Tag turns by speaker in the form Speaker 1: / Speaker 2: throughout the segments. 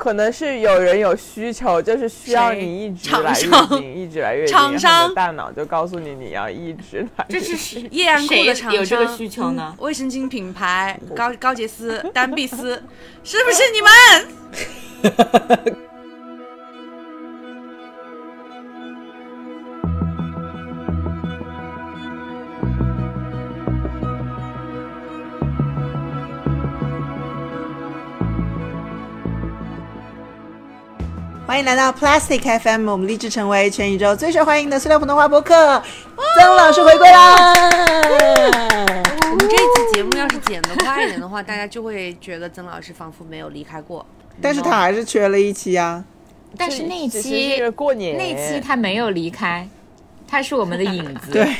Speaker 1: 可能是有人有需求，就是需要
Speaker 2: 谁
Speaker 1: 你一直
Speaker 2: 厂
Speaker 1: 来月
Speaker 2: 商
Speaker 1: 经，一直来月经，
Speaker 2: 厂
Speaker 1: 然后你
Speaker 2: 商
Speaker 1: 的大脑就告诉你你要一直来
Speaker 3: 这
Speaker 1: 月经。
Speaker 3: 是
Speaker 2: 夜安裤
Speaker 3: 谁
Speaker 2: 的厂商嗯
Speaker 3: 有这个需求呢？
Speaker 2: 卫生巾品牌高高洁 丝、丹碧丝，是不是你们？
Speaker 4: 欢迎来到 Plastic FM，我们立志成为全宇宙最受欢迎的塑料普通话播客。曾老师回 归啦！
Speaker 2: 我们这一期节目要是剪得快一点的话，大家就会觉得曾老师仿佛没有离开过。
Speaker 4: 但是他还是缺了一期啊。
Speaker 3: 但是那一
Speaker 1: 只
Speaker 3: 期
Speaker 1: 是哎过年
Speaker 3: 那期他没有离开，他是我们的影子。
Speaker 4: 对，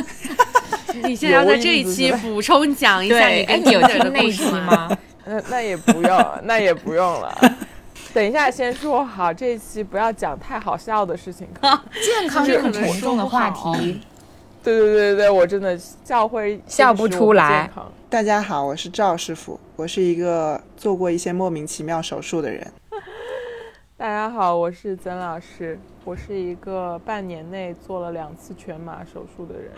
Speaker 2: 你现在要在这一期补充讲一下
Speaker 3: 对，
Speaker 2: 你
Speaker 3: 哎，
Speaker 2: 跟
Speaker 3: 你有
Speaker 2: Tinder 的
Speaker 3: 听那
Speaker 2: 故
Speaker 3: 一
Speaker 2: 事
Speaker 3: 期
Speaker 2: 吗？
Speaker 3: 吗？
Speaker 1: 那那也不 用，那也不用了。等一下，先说好，这一期不要讲太好笑的事情。
Speaker 3: 健康是很沉重的话题，
Speaker 1: 对对对对，我真的笑会
Speaker 3: 笑不出来
Speaker 1: 健康
Speaker 4: 大家好，我是赵师傅，我是一个做过一些莫名其妙手术的人。
Speaker 1: 大家好，我是曾老师，我是一个半年内做了两次全麻手术的人，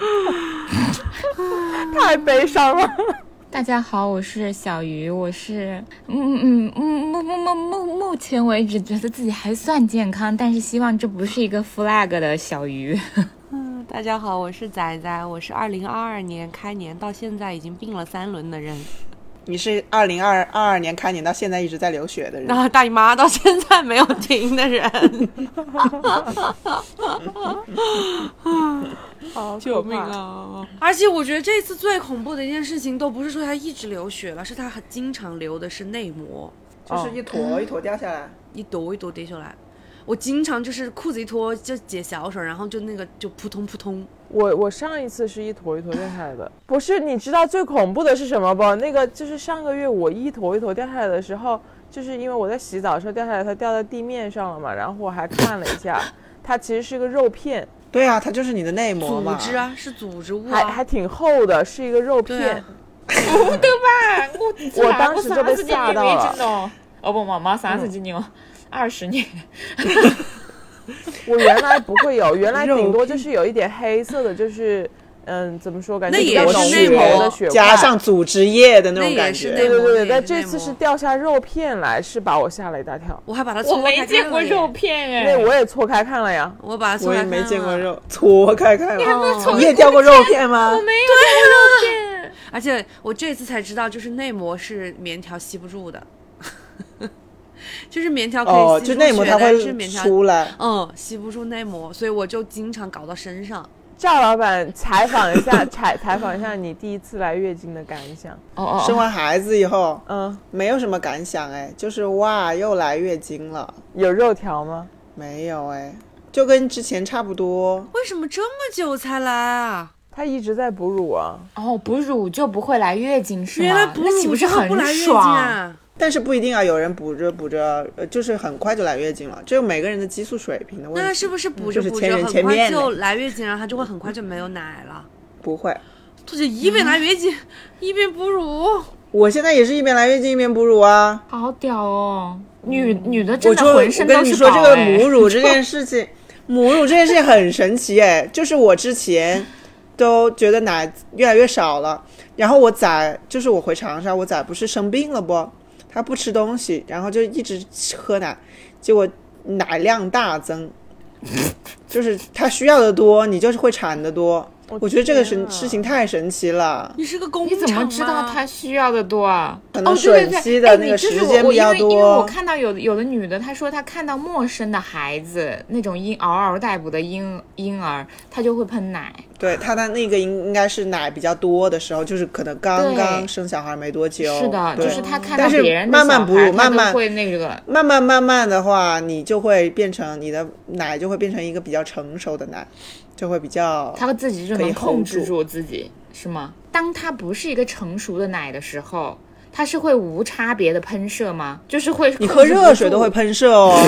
Speaker 1: 太悲伤了。
Speaker 5: 大家好，我是小鱼，我是嗯嗯嗯目目目目目前为止觉得自己还算健康，但是希望这不是一个 flag 的小鱼。
Speaker 2: 大家好，我是仔仔，我是二零二二年开年到现在已经病了三轮的人，
Speaker 4: 你是二零二二二年开年到现在一直在流血的人，
Speaker 2: 那大姨妈到现在没有停的 人，
Speaker 1: 好
Speaker 2: 救命！啊！而且我觉得这次最恐怖的一件事情，都不是说他一直流血了，是他很经常流的是内膜，
Speaker 1: 就是
Speaker 4: 一
Speaker 2: 嗯
Speaker 4: 坨一坨掉下来。
Speaker 2: 一抖一抖滴下来。我经常就是裤子一脱就解小手，然后就那个就扑通扑通。
Speaker 1: 我我上一次是一坨一坨掉下来的，不是你知道最恐怖的是什么不？那个就是上个月我一坨一坨掉下来的时候，就是因为我在洗澡的时候掉下来，它掉在地面上了嘛，然后我还看了一下，它其实是个肉片，
Speaker 4: 对啊，它就是你的内膜
Speaker 2: 组
Speaker 4: 嘛。
Speaker 2: 织啊，是组织物
Speaker 1: 还
Speaker 2: 啊
Speaker 1: 还。挺厚的，是一个肉
Speaker 2: 对
Speaker 1: 片
Speaker 2: 啊。，
Speaker 1: 我当时就被吓到了
Speaker 5: 了。哦不，毛毛三十几年，二十年。
Speaker 1: 我原来不会有，原来
Speaker 4: 肉
Speaker 1: 顶多就是有一点黑色的，就是嗯，怎么说？感觉
Speaker 2: 那
Speaker 1: 比
Speaker 2: 也
Speaker 1: 较
Speaker 2: 是
Speaker 1: 浓
Speaker 2: 内
Speaker 1: 稠
Speaker 2: 膜
Speaker 1: 的血块
Speaker 4: 加上组织液的那种感
Speaker 2: 那也
Speaker 1: 对
Speaker 2: 是
Speaker 4: 觉，
Speaker 1: 对对对，
Speaker 2: 内膜
Speaker 1: 但这次
Speaker 2: 内膜
Speaker 1: 是掉下肉片来，是把我吓了一大跳。
Speaker 2: 我还把它
Speaker 5: 我
Speaker 2: 搓开
Speaker 5: 没见过
Speaker 2: 看了
Speaker 5: 肉
Speaker 2: 耶，
Speaker 5: 片
Speaker 1: 对，
Speaker 5: 哎，
Speaker 1: 我也错开看了呀。
Speaker 2: 我把它搓
Speaker 4: 我
Speaker 2: 开
Speaker 4: 也
Speaker 2: 看啊
Speaker 4: 没见过
Speaker 2: 了。
Speaker 4: 肉，搓开看了。
Speaker 2: 哦
Speaker 4: 你也掉过肉片吗？
Speaker 2: 而且我这次才知道，就是内膜是棉条吸不住的， 就是棉条可
Speaker 4: 哦，
Speaker 2: 以吸
Speaker 4: 就
Speaker 2: 出血，
Speaker 4: 内膜它
Speaker 2: 但是
Speaker 4: 会
Speaker 2: 棉条
Speaker 4: 出来。
Speaker 2: 嗯吸不住内膜，所以我就经常搞到身上。
Speaker 1: 赵老板采访一下，采采访一下你第一次来月经的感想。
Speaker 5: 哦哦
Speaker 4: 生
Speaker 5: 哦，
Speaker 4: 完孩子以后
Speaker 1: 嗯，
Speaker 4: 没有什么感想哎，就是哇又来月经了，
Speaker 1: 有肉条吗？
Speaker 4: 没有哎，就跟之前差不多。
Speaker 2: 为什么这么久才来啊？
Speaker 1: 他一直在哺乳啊。
Speaker 5: 哦，哺乳就不会来月经是吗？
Speaker 2: 原来哺
Speaker 5: 那
Speaker 2: 乳
Speaker 5: 岂不是
Speaker 2: 它
Speaker 5: 很
Speaker 2: 不来月经
Speaker 5: 爽？
Speaker 2: 啊？
Speaker 4: 但是不一定啊，有人补着补着，呃，就是很快就来月经了，这每个人的激素水平的问题。嗯
Speaker 2: 那是不是补着
Speaker 4: 就是
Speaker 2: 补
Speaker 4: 前
Speaker 2: 着
Speaker 4: 人
Speaker 2: 很
Speaker 4: 前
Speaker 2: 快
Speaker 4: 面
Speaker 2: 就
Speaker 4: 呢
Speaker 2: 来月经，然后它就会很快就没有奶了？
Speaker 4: 不会？
Speaker 2: 这就
Speaker 4: 嗯
Speaker 2: 一边来月经、一边哺乳，
Speaker 4: 我现在也是一边来月经一边哺乳啊。
Speaker 5: 好屌哦！女女的
Speaker 4: 我
Speaker 5: 真的
Speaker 4: 说，我
Speaker 5: 浑身都
Speaker 4: 跟你
Speaker 5: 是
Speaker 4: 说，这
Speaker 5: 宝
Speaker 4: 个
Speaker 5: 哎
Speaker 4: 母乳 这件事情，母乳这件事情很神奇哎，就是我之前都觉得奶越来越少了，然后我仔就是我回长沙，我仔不是生病了不？他不吃东西，然后就一直喝奶，结果奶量 大增，就是他需要的多，你就是会产的多。我觉得这个
Speaker 1: 天
Speaker 4: 神
Speaker 1: 啊
Speaker 4: 事情太神奇了，
Speaker 2: 你是个工
Speaker 5: 你
Speaker 2: 厂
Speaker 5: 怎么知道
Speaker 2: 吗
Speaker 5: 他需要的多啊？
Speaker 4: 可
Speaker 5: 哦
Speaker 4: 能，
Speaker 5: 对
Speaker 4: 吮
Speaker 5: 对
Speaker 4: 吸
Speaker 5: 对，
Speaker 4: 的
Speaker 5: 哎，
Speaker 4: 那
Speaker 5: 你
Speaker 4: 个
Speaker 5: 知
Speaker 4: 时
Speaker 5: 道
Speaker 4: 间
Speaker 5: 我我
Speaker 4: 比
Speaker 5: 因
Speaker 4: 较
Speaker 5: 为因为我
Speaker 4: 多。
Speaker 5: 看到有的有的女的，她说她看到陌生的孩子那种婴嗷嗷待哺的婴婴儿，她就会喷奶。
Speaker 4: 对，他的那个应应该是奶比较多的时候，就是可能刚
Speaker 5: 对
Speaker 4: 刚生小孩没多久。
Speaker 5: 是的，
Speaker 4: 对
Speaker 5: 就是她看到
Speaker 4: 但是
Speaker 5: 别人的
Speaker 4: 慢慢
Speaker 5: 小
Speaker 4: 哺
Speaker 5: 孩
Speaker 4: 乳
Speaker 5: 她
Speaker 4: 慢
Speaker 5: 都
Speaker 4: 慢
Speaker 5: 会那个。
Speaker 4: 慢慢慢慢的话，你就会变成你的奶就会变成一个比较成熟的奶，就会比较
Speaker 5: 他会自己就
Speaker 4: 可以
Speaker 5: 能
Speaker 4: hold
Speaker 5: 控制
Speaker 4: 住
Speaker 5: 住自己，是吗？当它不是一个成熟的奶的时候，它是会无差别的喷射吗？就是会
Speaker 4: 你
Speaker 5: 控
Speaker 4: 喝
Speaker 5: 制不
Speaker 4: 热水
Speaker 5: 住
Speaker 4: 都会喷射哦，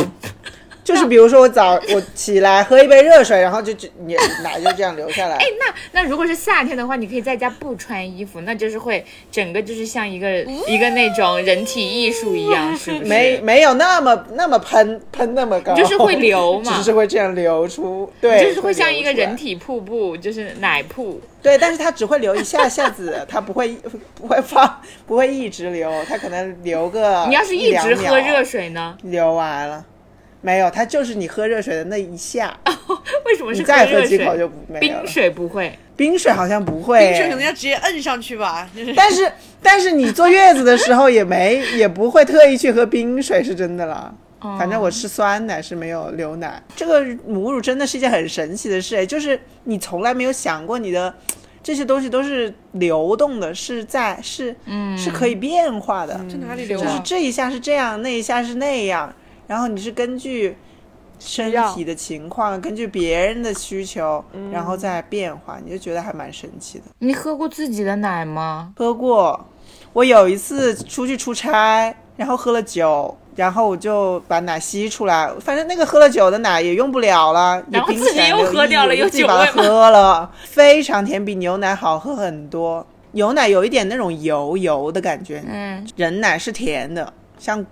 Speaker 4: 就是比如说我早我起来喝一杯热水，然后就就你奶就这样流下来。
Speaker 5: 那那如果是夏天的话，你可以在家不穿衣服，那就是会整个就是像一个一个那种人体艺术一样，是不是？
Speaker 4: 没，没有那么那么喷喷那么高，
Speaker 5: 就是会流嘛
Speaker 4: 只是会这样流出，对，
Speaker 5: 就是会像一个
Speaker 4: 流出来
Speaker 5: 人，体瀑布，就是奶瀑。
Speaker 4: 对，但是它只会流一下下子，它不会不会放，不会一直流，它可能流个
Speaker 5: 你要是一直
Speaker 4: 两秒
Speaker 5: 喝热水呢？
Speaker 4: 流完了，没有，它就是你喝热水的那一下，
Speaker 5: 为什么
Speaker 4: 你
Speaker 5: 啊是
Speaker 4: 再
Speaker 5: 喝
Speaker 4: 喝
Speaker 5: 热
Speaker 4: 几口就
Speaker 5: 水？
Speaker 4: 不没有了
Speaker 5: 冰。水不会，
Speaker 4: 冰水好像不会，
Speaker 2: 冰水可能要直接摁上去吧，就是
Speaker 4: 但是但是你坐月子的时候也没 也不会特意去喝冰水，是真的啦。反正我吃酸奶是没有流奶。这个母乳真的是一件很神奇的事，哎就是你从来没有想过你的这些东西都是流动的，是在是嗯是可以变化的，
Speaker 2: 这哪里流
Speaker 4: 就是
Speaker 2: 啊？
Speaker 4: 这一下是这样，那一下是那样，然后你是根据。身
Speaker 1: 要
Speaker 4: 体的情况，根据别人的需求，然后再变化，你就觉得还蛮神奇的。
Speaker 5: 你喝过自己的奶吗？
Speaker 4: 喝过。我有一次出去出差，然后喝了酒，然后我就把奶吸出来，反正那个喝了酒的奶也用不了了，也
Speaker 5: 然后
Speaker 4: 冰起来
Speaker 5: 自己又喝掉了有
Speaker 4: 有意义我就自己
Speaker 5: 酒
Speaker 4: 把它
Speaker 5: 味吗
Speaker 4: 喝了，非常甜，比牛奶好喝很多。牛奶有一点那种油油的感觉，
Speaker 5: 嗯，
Speaker 4: 人奶是甜的，像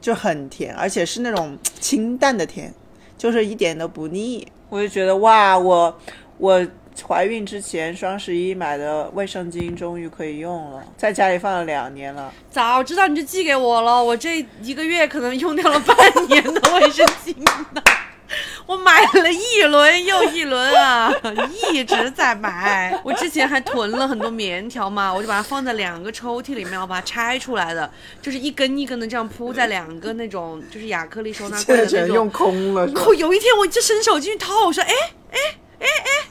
Speaker 4: 就很甜，而且是那种清淡的甜，就是一点都不腻。我就觉得哇，我我怀孕之前双十一买的卫生巾终于可以用了，在家里放了两年了。
Speaker 2: 早知道你就寄给我了，我这一个月可能用掉了半年的卫生巾呢。我买了一轮又一轮啊， 一直在买。我之前还囤了很多棉条嘛，我就把它放在两个抽屉里面，我把它拆出来的，就是一根一根的这样铺在两个那种就是亚克力收纳柜的那种
Speaker 4: 空了是
Speaker 2: 然后有一天我就伸手进去掏，我说哎哎哎哎哎，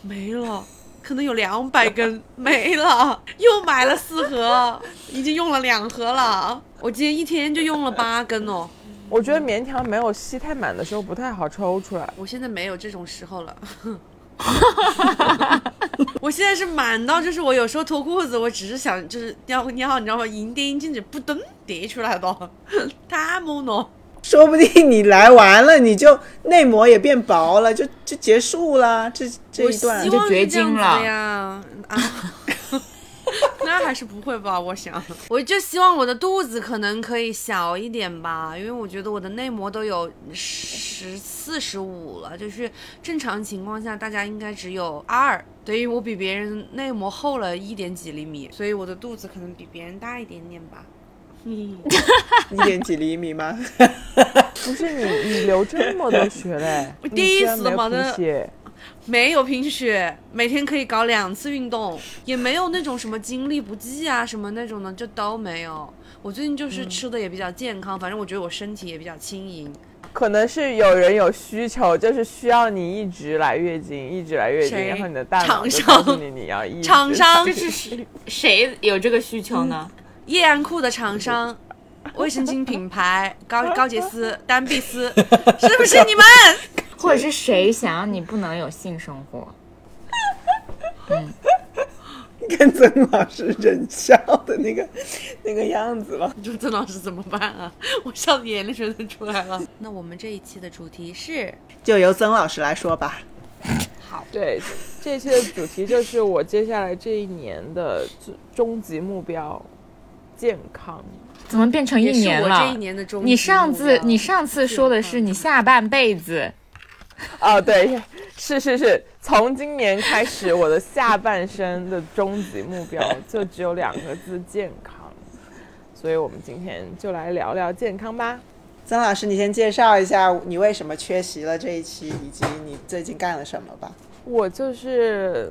Speaker 2: 没了，可能有两百根没了，又买了四盒，已经用了两盒了。我今天一天就用了八根哦，
Speaker 1: 我觉得棉条没有吸太满的时候不太好抽出来。
Speaker 2: 我现在没有这种时候了。 我现在是满到，就是我有时候脱裤子，我只是想就是尿个尿，你知道吗？一点进去扑噔跌出来 的，哦太猛了。
Speaker 4: 说不定你来完了，你就内膜也变薄了，就就结束了这这
Speaker 2: 我
Speaker 4: 一
Speaker 2: 希
Speaker 4: 段
Speaker 2: 望。
Speaker 5: 就绝
Speaker 2: 是这样
Speaker 5: 经
Speaker 2: 子
Speaker 5: 了
Speaker 2: 的呀！啊， 那还是不会吧？我想，我就希望我的肚子可能可以小一点吧，因为我觉得我的内膜都有十四十五了，就是正常情况下大家应该只有二。对于我比别人内膜厚了一点几厘米，所以我的肚子可能比别人大一点点吧。嗯，
Speaker 4: 一点几厘米吗？
Speaker 1: 不是你，你流这么多血嘞
Speaker 2: 我，
Speaker 1: 你
Speaker 2: 第一
Speaker 1: 居然
Speaker 2: 次
Speaker 1: 没有
Speaker 2: 嘛
Speaker 1: 贫
Speaker 2: 那
Speaker 1: 血
Speaker 2: 没有贫血，每天可以搞两次运动，也没有那种什么精力不济啊什么那种的，就都没有。我最近就是吃的也比较健康，反正我觉得我身体也比较轻盈。
Speaker 1: 可能是有人有需求，就是需要你一直来月经，一直来月经，
Speaker 2: 谁
Speaker 1: 然后你的大脑
Speaker 2: 厂
Speaker 1: 就
Speaker 2: 商
Speaker 1: 告诉你你要一直
Speaker 2: 厂商
Speaker 5: 这是嗯谁谁有这个需求呢？
Speaker 2: 夜安裤的厂商，卫生巾品 牌高高洁丝、丹碧 丝，是不是你 们？
Speaker 5: 或者是谁想让你不能有性生活？
Speaker 4: 跟曾老师人笑的那个那个样子了。
Speaker 2: 你说曾老师怎么办啊？ 我笑的眼泪水都出来了。那我们这一期的主题是
Speaker 4: 就由曾老师来说吧。
Speaker 1: 对，这期的主题就是我接下来这一年的最终极目标——健康。
Speaker 5: 怎么变成一
Speaker 2: 也是
Speaker 5: 年
Speaker 2: 我
Speaker 5: 了？
Speaker 2: 这一年的终极
Speaker 5: 你上次
Speaker 2: 目标
Speaker 5: 你上次说的是你下半辈子，
Speaker 1: 哦，对，是是是，从今年开始，我的下半生的终极目标就只有两个字：健康。所以我们今天就来聊聊健康吧。
Speaker 4: 曾老师，你先介绍一下你为什么缺席了这一期，以及你最近干了什么吧。
Speaker 1: 我就是，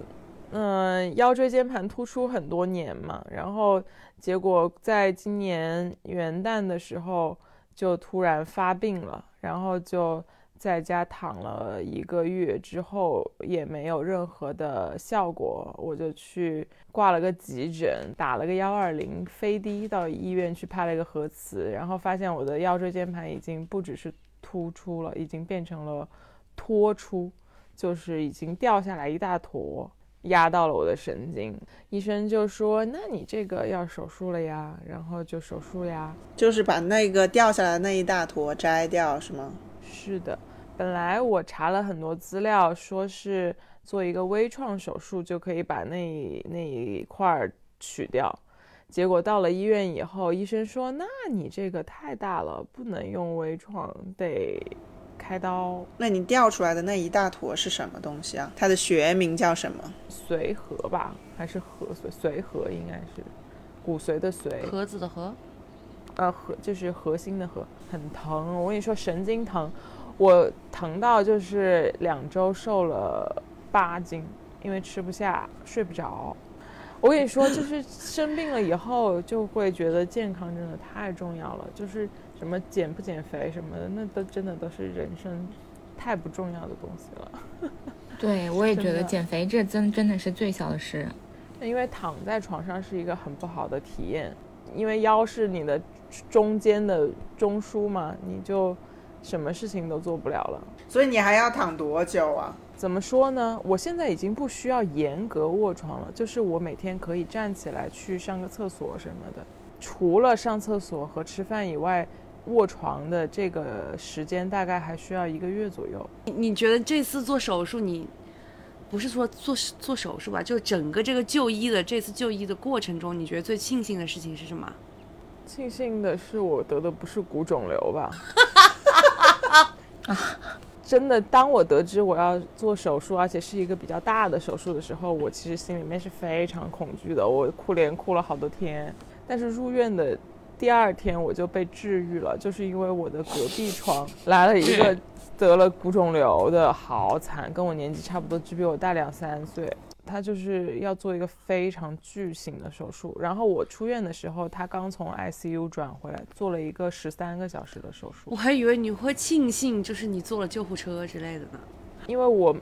Speaker 1: 嗯、腰椎间盘突出很多年嘛，然后结果在今年元旦的时候就突然发病了，然后就在家躺了一个月，之后也没有任何的效果，我就去挂了个急诊，打了个幺二零飞的到医院去拍了一个核磁，然后发现我的腰椎间盘已经不只是突出了，已经变成了脱出。就是已经掉下来一大坨，压到了我的神经。医生就说：“那你这个要手术了呀。”然后就手术呀。
Speaker 4: 就是把那个掉下来的那一大坨摘掉，是吗？
Speaker 1: 是的，本来我查了很多资料，说是做一个微创手术就可以把那一那一块儿取掉，结果到了医院以后，医生说：“那你这个太大了，不能用微创，得开刀
Speaker 4: 那你掉出来的那一大坨是什么东西啊？它的学名叫什么？
Speaker 1: 髓核吧，还是核髓？髓核应该是骨髓的髓，
Speaker 2: 盒子的盒，
Speaker 1: 呃，核就是核心的核，很疼。我跟你说，神经疼，我疼到就是两周瘦了八斤，因为吃不下，睡不着。我跟你说，就是生病了以后，就会觉得健康真的太重要了。就是什么减不减肥什么的，那都真的都是人生太不重要的东西了。
Speaker 5: 对，我也觉
Speaker 1: 真
Speaker 5: 得
Speaker 1: 的
Speaker 5: 减肥这真真的是最小的事。
Speaker 1: 因为躺在床上是一个很不好的体验，因为腰是你的中间的中枢嘛，你就什么事情都做不了了。
Speaker 4: 所以你还要躺多久啊？
Speaker 1: 怎么说呢？我现在已经不需要严格卧床了，就是我每天可以站起来去上个厕所什么的。除了上厕所和吃饭以外，卧床的这个时间大概还需要一个月左右。
Speaker 2: 你你觉得这次做手术你？不是说做做手术吧，就整个这个就医的这次就医的过程中，你觉得最庆幸的事情是什么？
Speaker 1: 庆幸的是，我得的不是骨肿瘤吧？真的，当我得知我要做手术，而且是一个比较大的手术的时候，我其实心里面是非常恐惧的，我哭连哭了好多天。但是入院的第二天，我就被治愈了，就是因为我的隔壁床来了一个得了骨肿瘤的，好惨，跟我年纪差不多，只比我大两三岁。他就是要做一个非常巨型的手术。然后我出院的时候，他刚从 ICU 转回来，做了一个十三个小时的手术
Speaker 2: 我。还以为你会庆幸，就是你坐了救护车之类的呢。
Speaker 1: 因为我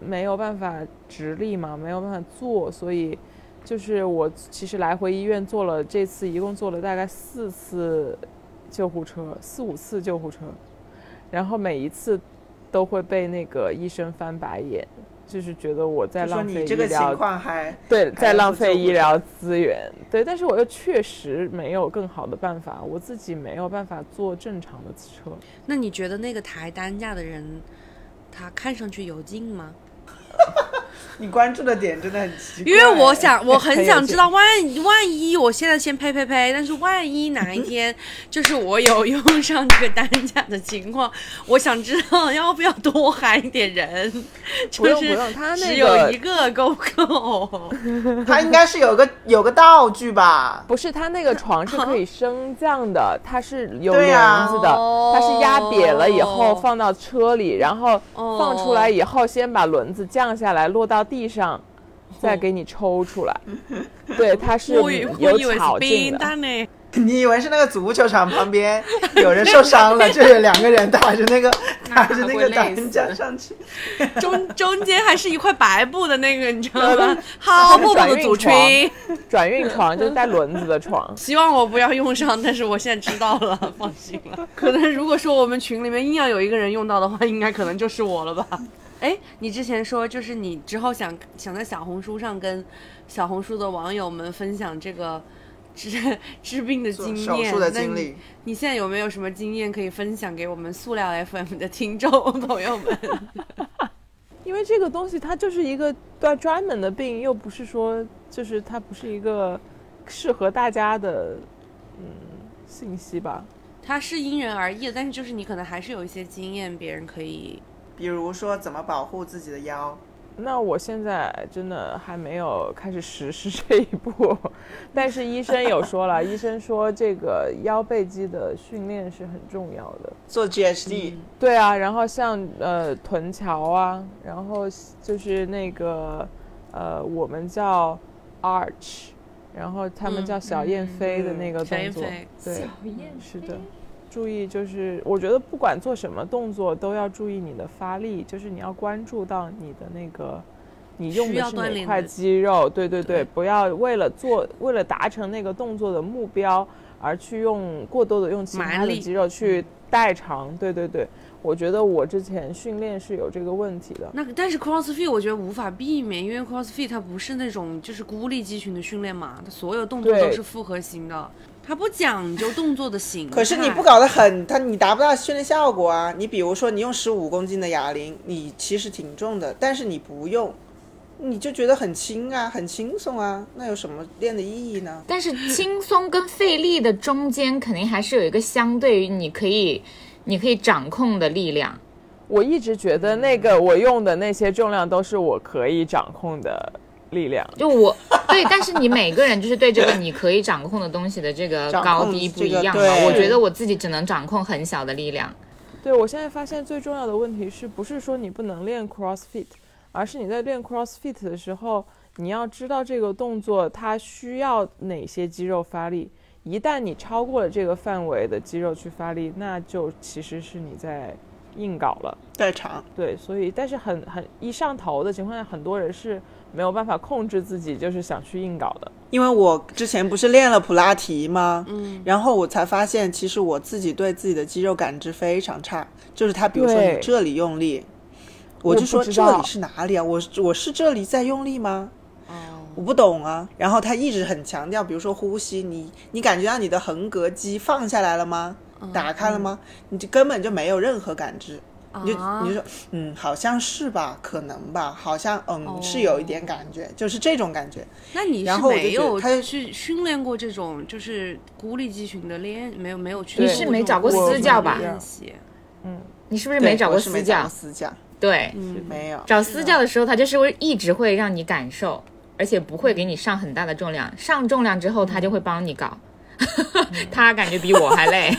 Speaker 1: 没有办法直立嘛，没有办法坐，所以就是我其实来回医院做了这次一共做了大概四次救护车，四五次救护车，然后每一次都会被那个医生翻白眼，就是觉得我在
Speaker 4: 就说
Speaker 1: 浪费
Speaker 4: 你
Speaker 1: 医
Speaker 4: 这个情
Speaker 1: 疗
Speaker 4: 况还
Speaker 1: 对，在
Speaker 4: 要
Speaker 1: 浪
Speaker 4: 做
Speaker 1: 费
Speaker 4: 救护
Speaker 1: 医疗资源。对，但是我又确实没有更好的办法，我自己没有办法坐正常的车。
Speaker 2: 那你觉得那个抬担架的人，他看上去有劲吗？
Speaker 4: 你关注的点真的很奇怪。
Speaker 2: 因为我想，我很
Speaker 1: 很有
Speaker 2: 想
Speaker 1: 劲
Speaker 2: 知道，万万一我现在先呸呸呸，但是万一哪一天 就是我有用上这个担架的情况，我想知道要不要多喊一点人，
Speaker 1: 不
Speaker 2: 就
Speaker 1: 用不
Speaker 2: 是
Speaker 1: 用，他
Speaker 2: 只
Speaker 1: 那
Speaker 2: 有一
Speaker 1: 个
Speaker 2: 个够不 够？
Speaker 4: 他应该是有个有个道具吧？
Speaker 1: 不是他那 个床是可以升降的，它是有
Speaker 4: 对
Speaker 1: 轮
Speaker 4: 啊
Speaker 1: 子的，它是压瘪了以后
Speaker 2: 哦
Speaker 1: 放到车里，然后放出来
Speaker 2: 哦
Speaker 1: 以后先把轮子降下来落到地上，再给你抽出 来。对，它是
Speaker 2: 我以我以
Speaker 1: 有
Speaker 2: 为是
Speaker 1: 巧劲
Speaker 2: 冰
Speaker 1: 的。？
Speaker 2: 蛋呢。
Speaker 4: 你以为是那个足球场旁边有人受伤了，就有两个人打着那个打着那个担架上去，
Speaker 2: 中中间还是一块白布的那个，你知道吗好布布的组
Speaker 1: 转
Speaker 2: 吹，
Speaker 1: 转运床就是带轮子的床。
Speaker 2: 希望我不要用上，但是我现在知道了，放心了。可能如果说我们群里面硬要有一个人用到的话，应该可能就是我了吧。哎，你之前说就是你之后想想在小红书上跟小红书的网友们分享这个治 治病的经
Speaker 4: 手
Speaker 2: 验，
Speaker 4: 术的
Speaker 2: 那
Speaker 4: 经
Speaker 2: 你
Speaker 4: 历。
Speaker 2: 你现在有没有什么经验可以分享给我们塑料 FM 的听众朋友们？
Speaker 1: 因为这个东西它就是一个专专门的病，又不是说就是它不是一个适合大家的嗯信息吧。
Speaker 2: 它是因人而异的，但是就是你可能还是有一些经验，别人可以
Speaker 4: 比如说怎么保护自己的腰，
Speaker 1: 那我现在真的还没有开始实施 这一步，但是医生有说了，医生说这个腰背肌的训练是很重要的。
Speaker 4: 做 GHD，、
Speaker 1: 对啊，然后像呃臀桥啊，然后就是那个呃我们叫 arch，然后他们
Speaker 2: 嗯
Speaker 1: 叫小燕飞的那个
Speaker 2: 小燕
Speaker 1: 动作，
Speaker 2: 飞
Speaker 1: 对， 是的。注意就是，我觉得不管做什么动作都要注意你的发力，就是你要关注到你的那个，你用
Speaker 2: 需
Speaker 1: 的
Speaker 2: 要
Speaker 1: 是
Speaker 2: 锻
Speaker 1: 哪
Speaker 2: 炼
Speaker 1: 块
Speaker 2: 的
Speaker 1: 肌肉，对对对，
Speaker 2: 对
Speaker 1: 不要为了做为了达成那个动作的目标而去用过多的用其
Speaker 2: 蛮
Speaker 1: 他的
Speaker 2: 力嗯
Speaker 1: 肌肉去代偿，对对对，我觉得我之前训练是有这个问题的，
Speaker 2: 那个，但是 CrossFit 我觉得无法避免，因为 CrossFit 它不是那种就是孤立肌群的训练嘛，它所有动作
Speaker 1: 对
Speaker 2: 都是复合型的，它不讲究动作的形态。
Speaker 4: 可是你不搞得很，它你达不到训练效果啊。你比如说，你用十五公斤的哑铃，你其实挺重的，但是你不用，你就觉得很轻啊，很轻松啊，那有什么练的意义呢？
Speaker 5: 但是轻松跟费力的中间，肯定还是有一个相对于你可以，你可以掌控的力量。
Speaker 1: 我一直觉得那个我用的那些重量都是我可以掌控的力量。
Speaker 5: 就我对，但是你每个人就是对这个你可以掌控的东西的这个
Speaker 4: 掌控
Speaker 5: 高低不一样
Speaker 4: 这个
Speaker 5: 嘛。
Speaker 4: 对
Speaker 5: 我觉得我自己只能掌控很小的力量。
Speaker 1: 对我现在发现最重要的问题是不是说你不能练 CrossFit，而是你在练 CrossFit 的时候，你要知道这个动作它需要哪些肌肉发力。一旦你超过了这个范围的肌肉去发力，那就其实是你在硬搞了。
Speaker 4: 代偿，
Speaker 1: 对，所以但是很很一上头的情况下，很多人是没有办法控制自己，就是想去硬搞的。
Speaker 4: 因为我之前不是练了普拉提吗？
Speaker 2: 嗯，
Speaker 4: 然后我才发现，其实我自己对自己的肌肉感知非常差，就是它，比如说
Speaker 1: 对
Speaker 4: 你这里用力，我
Speaker 1: 我
Speaker 4: 就
Speaker 1: 不
Speaker 4: 说
Speaker 1: 知
Speaker 4: 这
Speaker 1: 道
Speaker 4: 里是哪里啊？我我是这里在用力吗？
Speaker 2: 哦，
Speaker 4: 我不懂啊。然后他一直很强调，比如说呼吸，你你感觉到你的横膈肌放下来了吗？
Speaker 1: 嗯
Speaker 4: 打开了吗？你就根本就没有任何感知，你就
Speaker 2: 啊
Speaker 4: 你就说，嗯，好像是吧，可能吧，好像嗯、
Speaker 2: 哦
Speaker 4: 是有一点感觉，就是这种感觉。
Speaker 2: 那你是
Speaker 4: 然后我就
Speaker 2: 没
Speaker 4: 觉得
Speaker 2: 有
Speaker 4: 他
Speaker 2: 去训练过这种就是孤立肌群的练，没有没有去
Speaker 1: 你
Speaker 2: 做
Speaker 1: 是
Speaker 2: 这
Speaker 5: 没
Speaker 2: 种
Speaker 5: 找过
Speaker 2: 动作
Speaker 1: 私教吧
Speaker 2: 练习
Speaker 5: 你是不是
Speaker 4: 对
Speaker 5: 没找
Speaker 4: 我
Speaker 5: 过
Speaker 4: 是没
Speaker 5: 私
Speaker 4: 找过
Speaker 5: 教？
Speaker 4: 私教，
Speaker 5: 对，
Speaker 2: 嗯，
Speaker 4: 没有。
Speaker 5: 找私教的时候，他就是会一直会让你感受，而且不会给你上很大的重量。上重量之后，他就会帮你搞。 他感觉比我还累，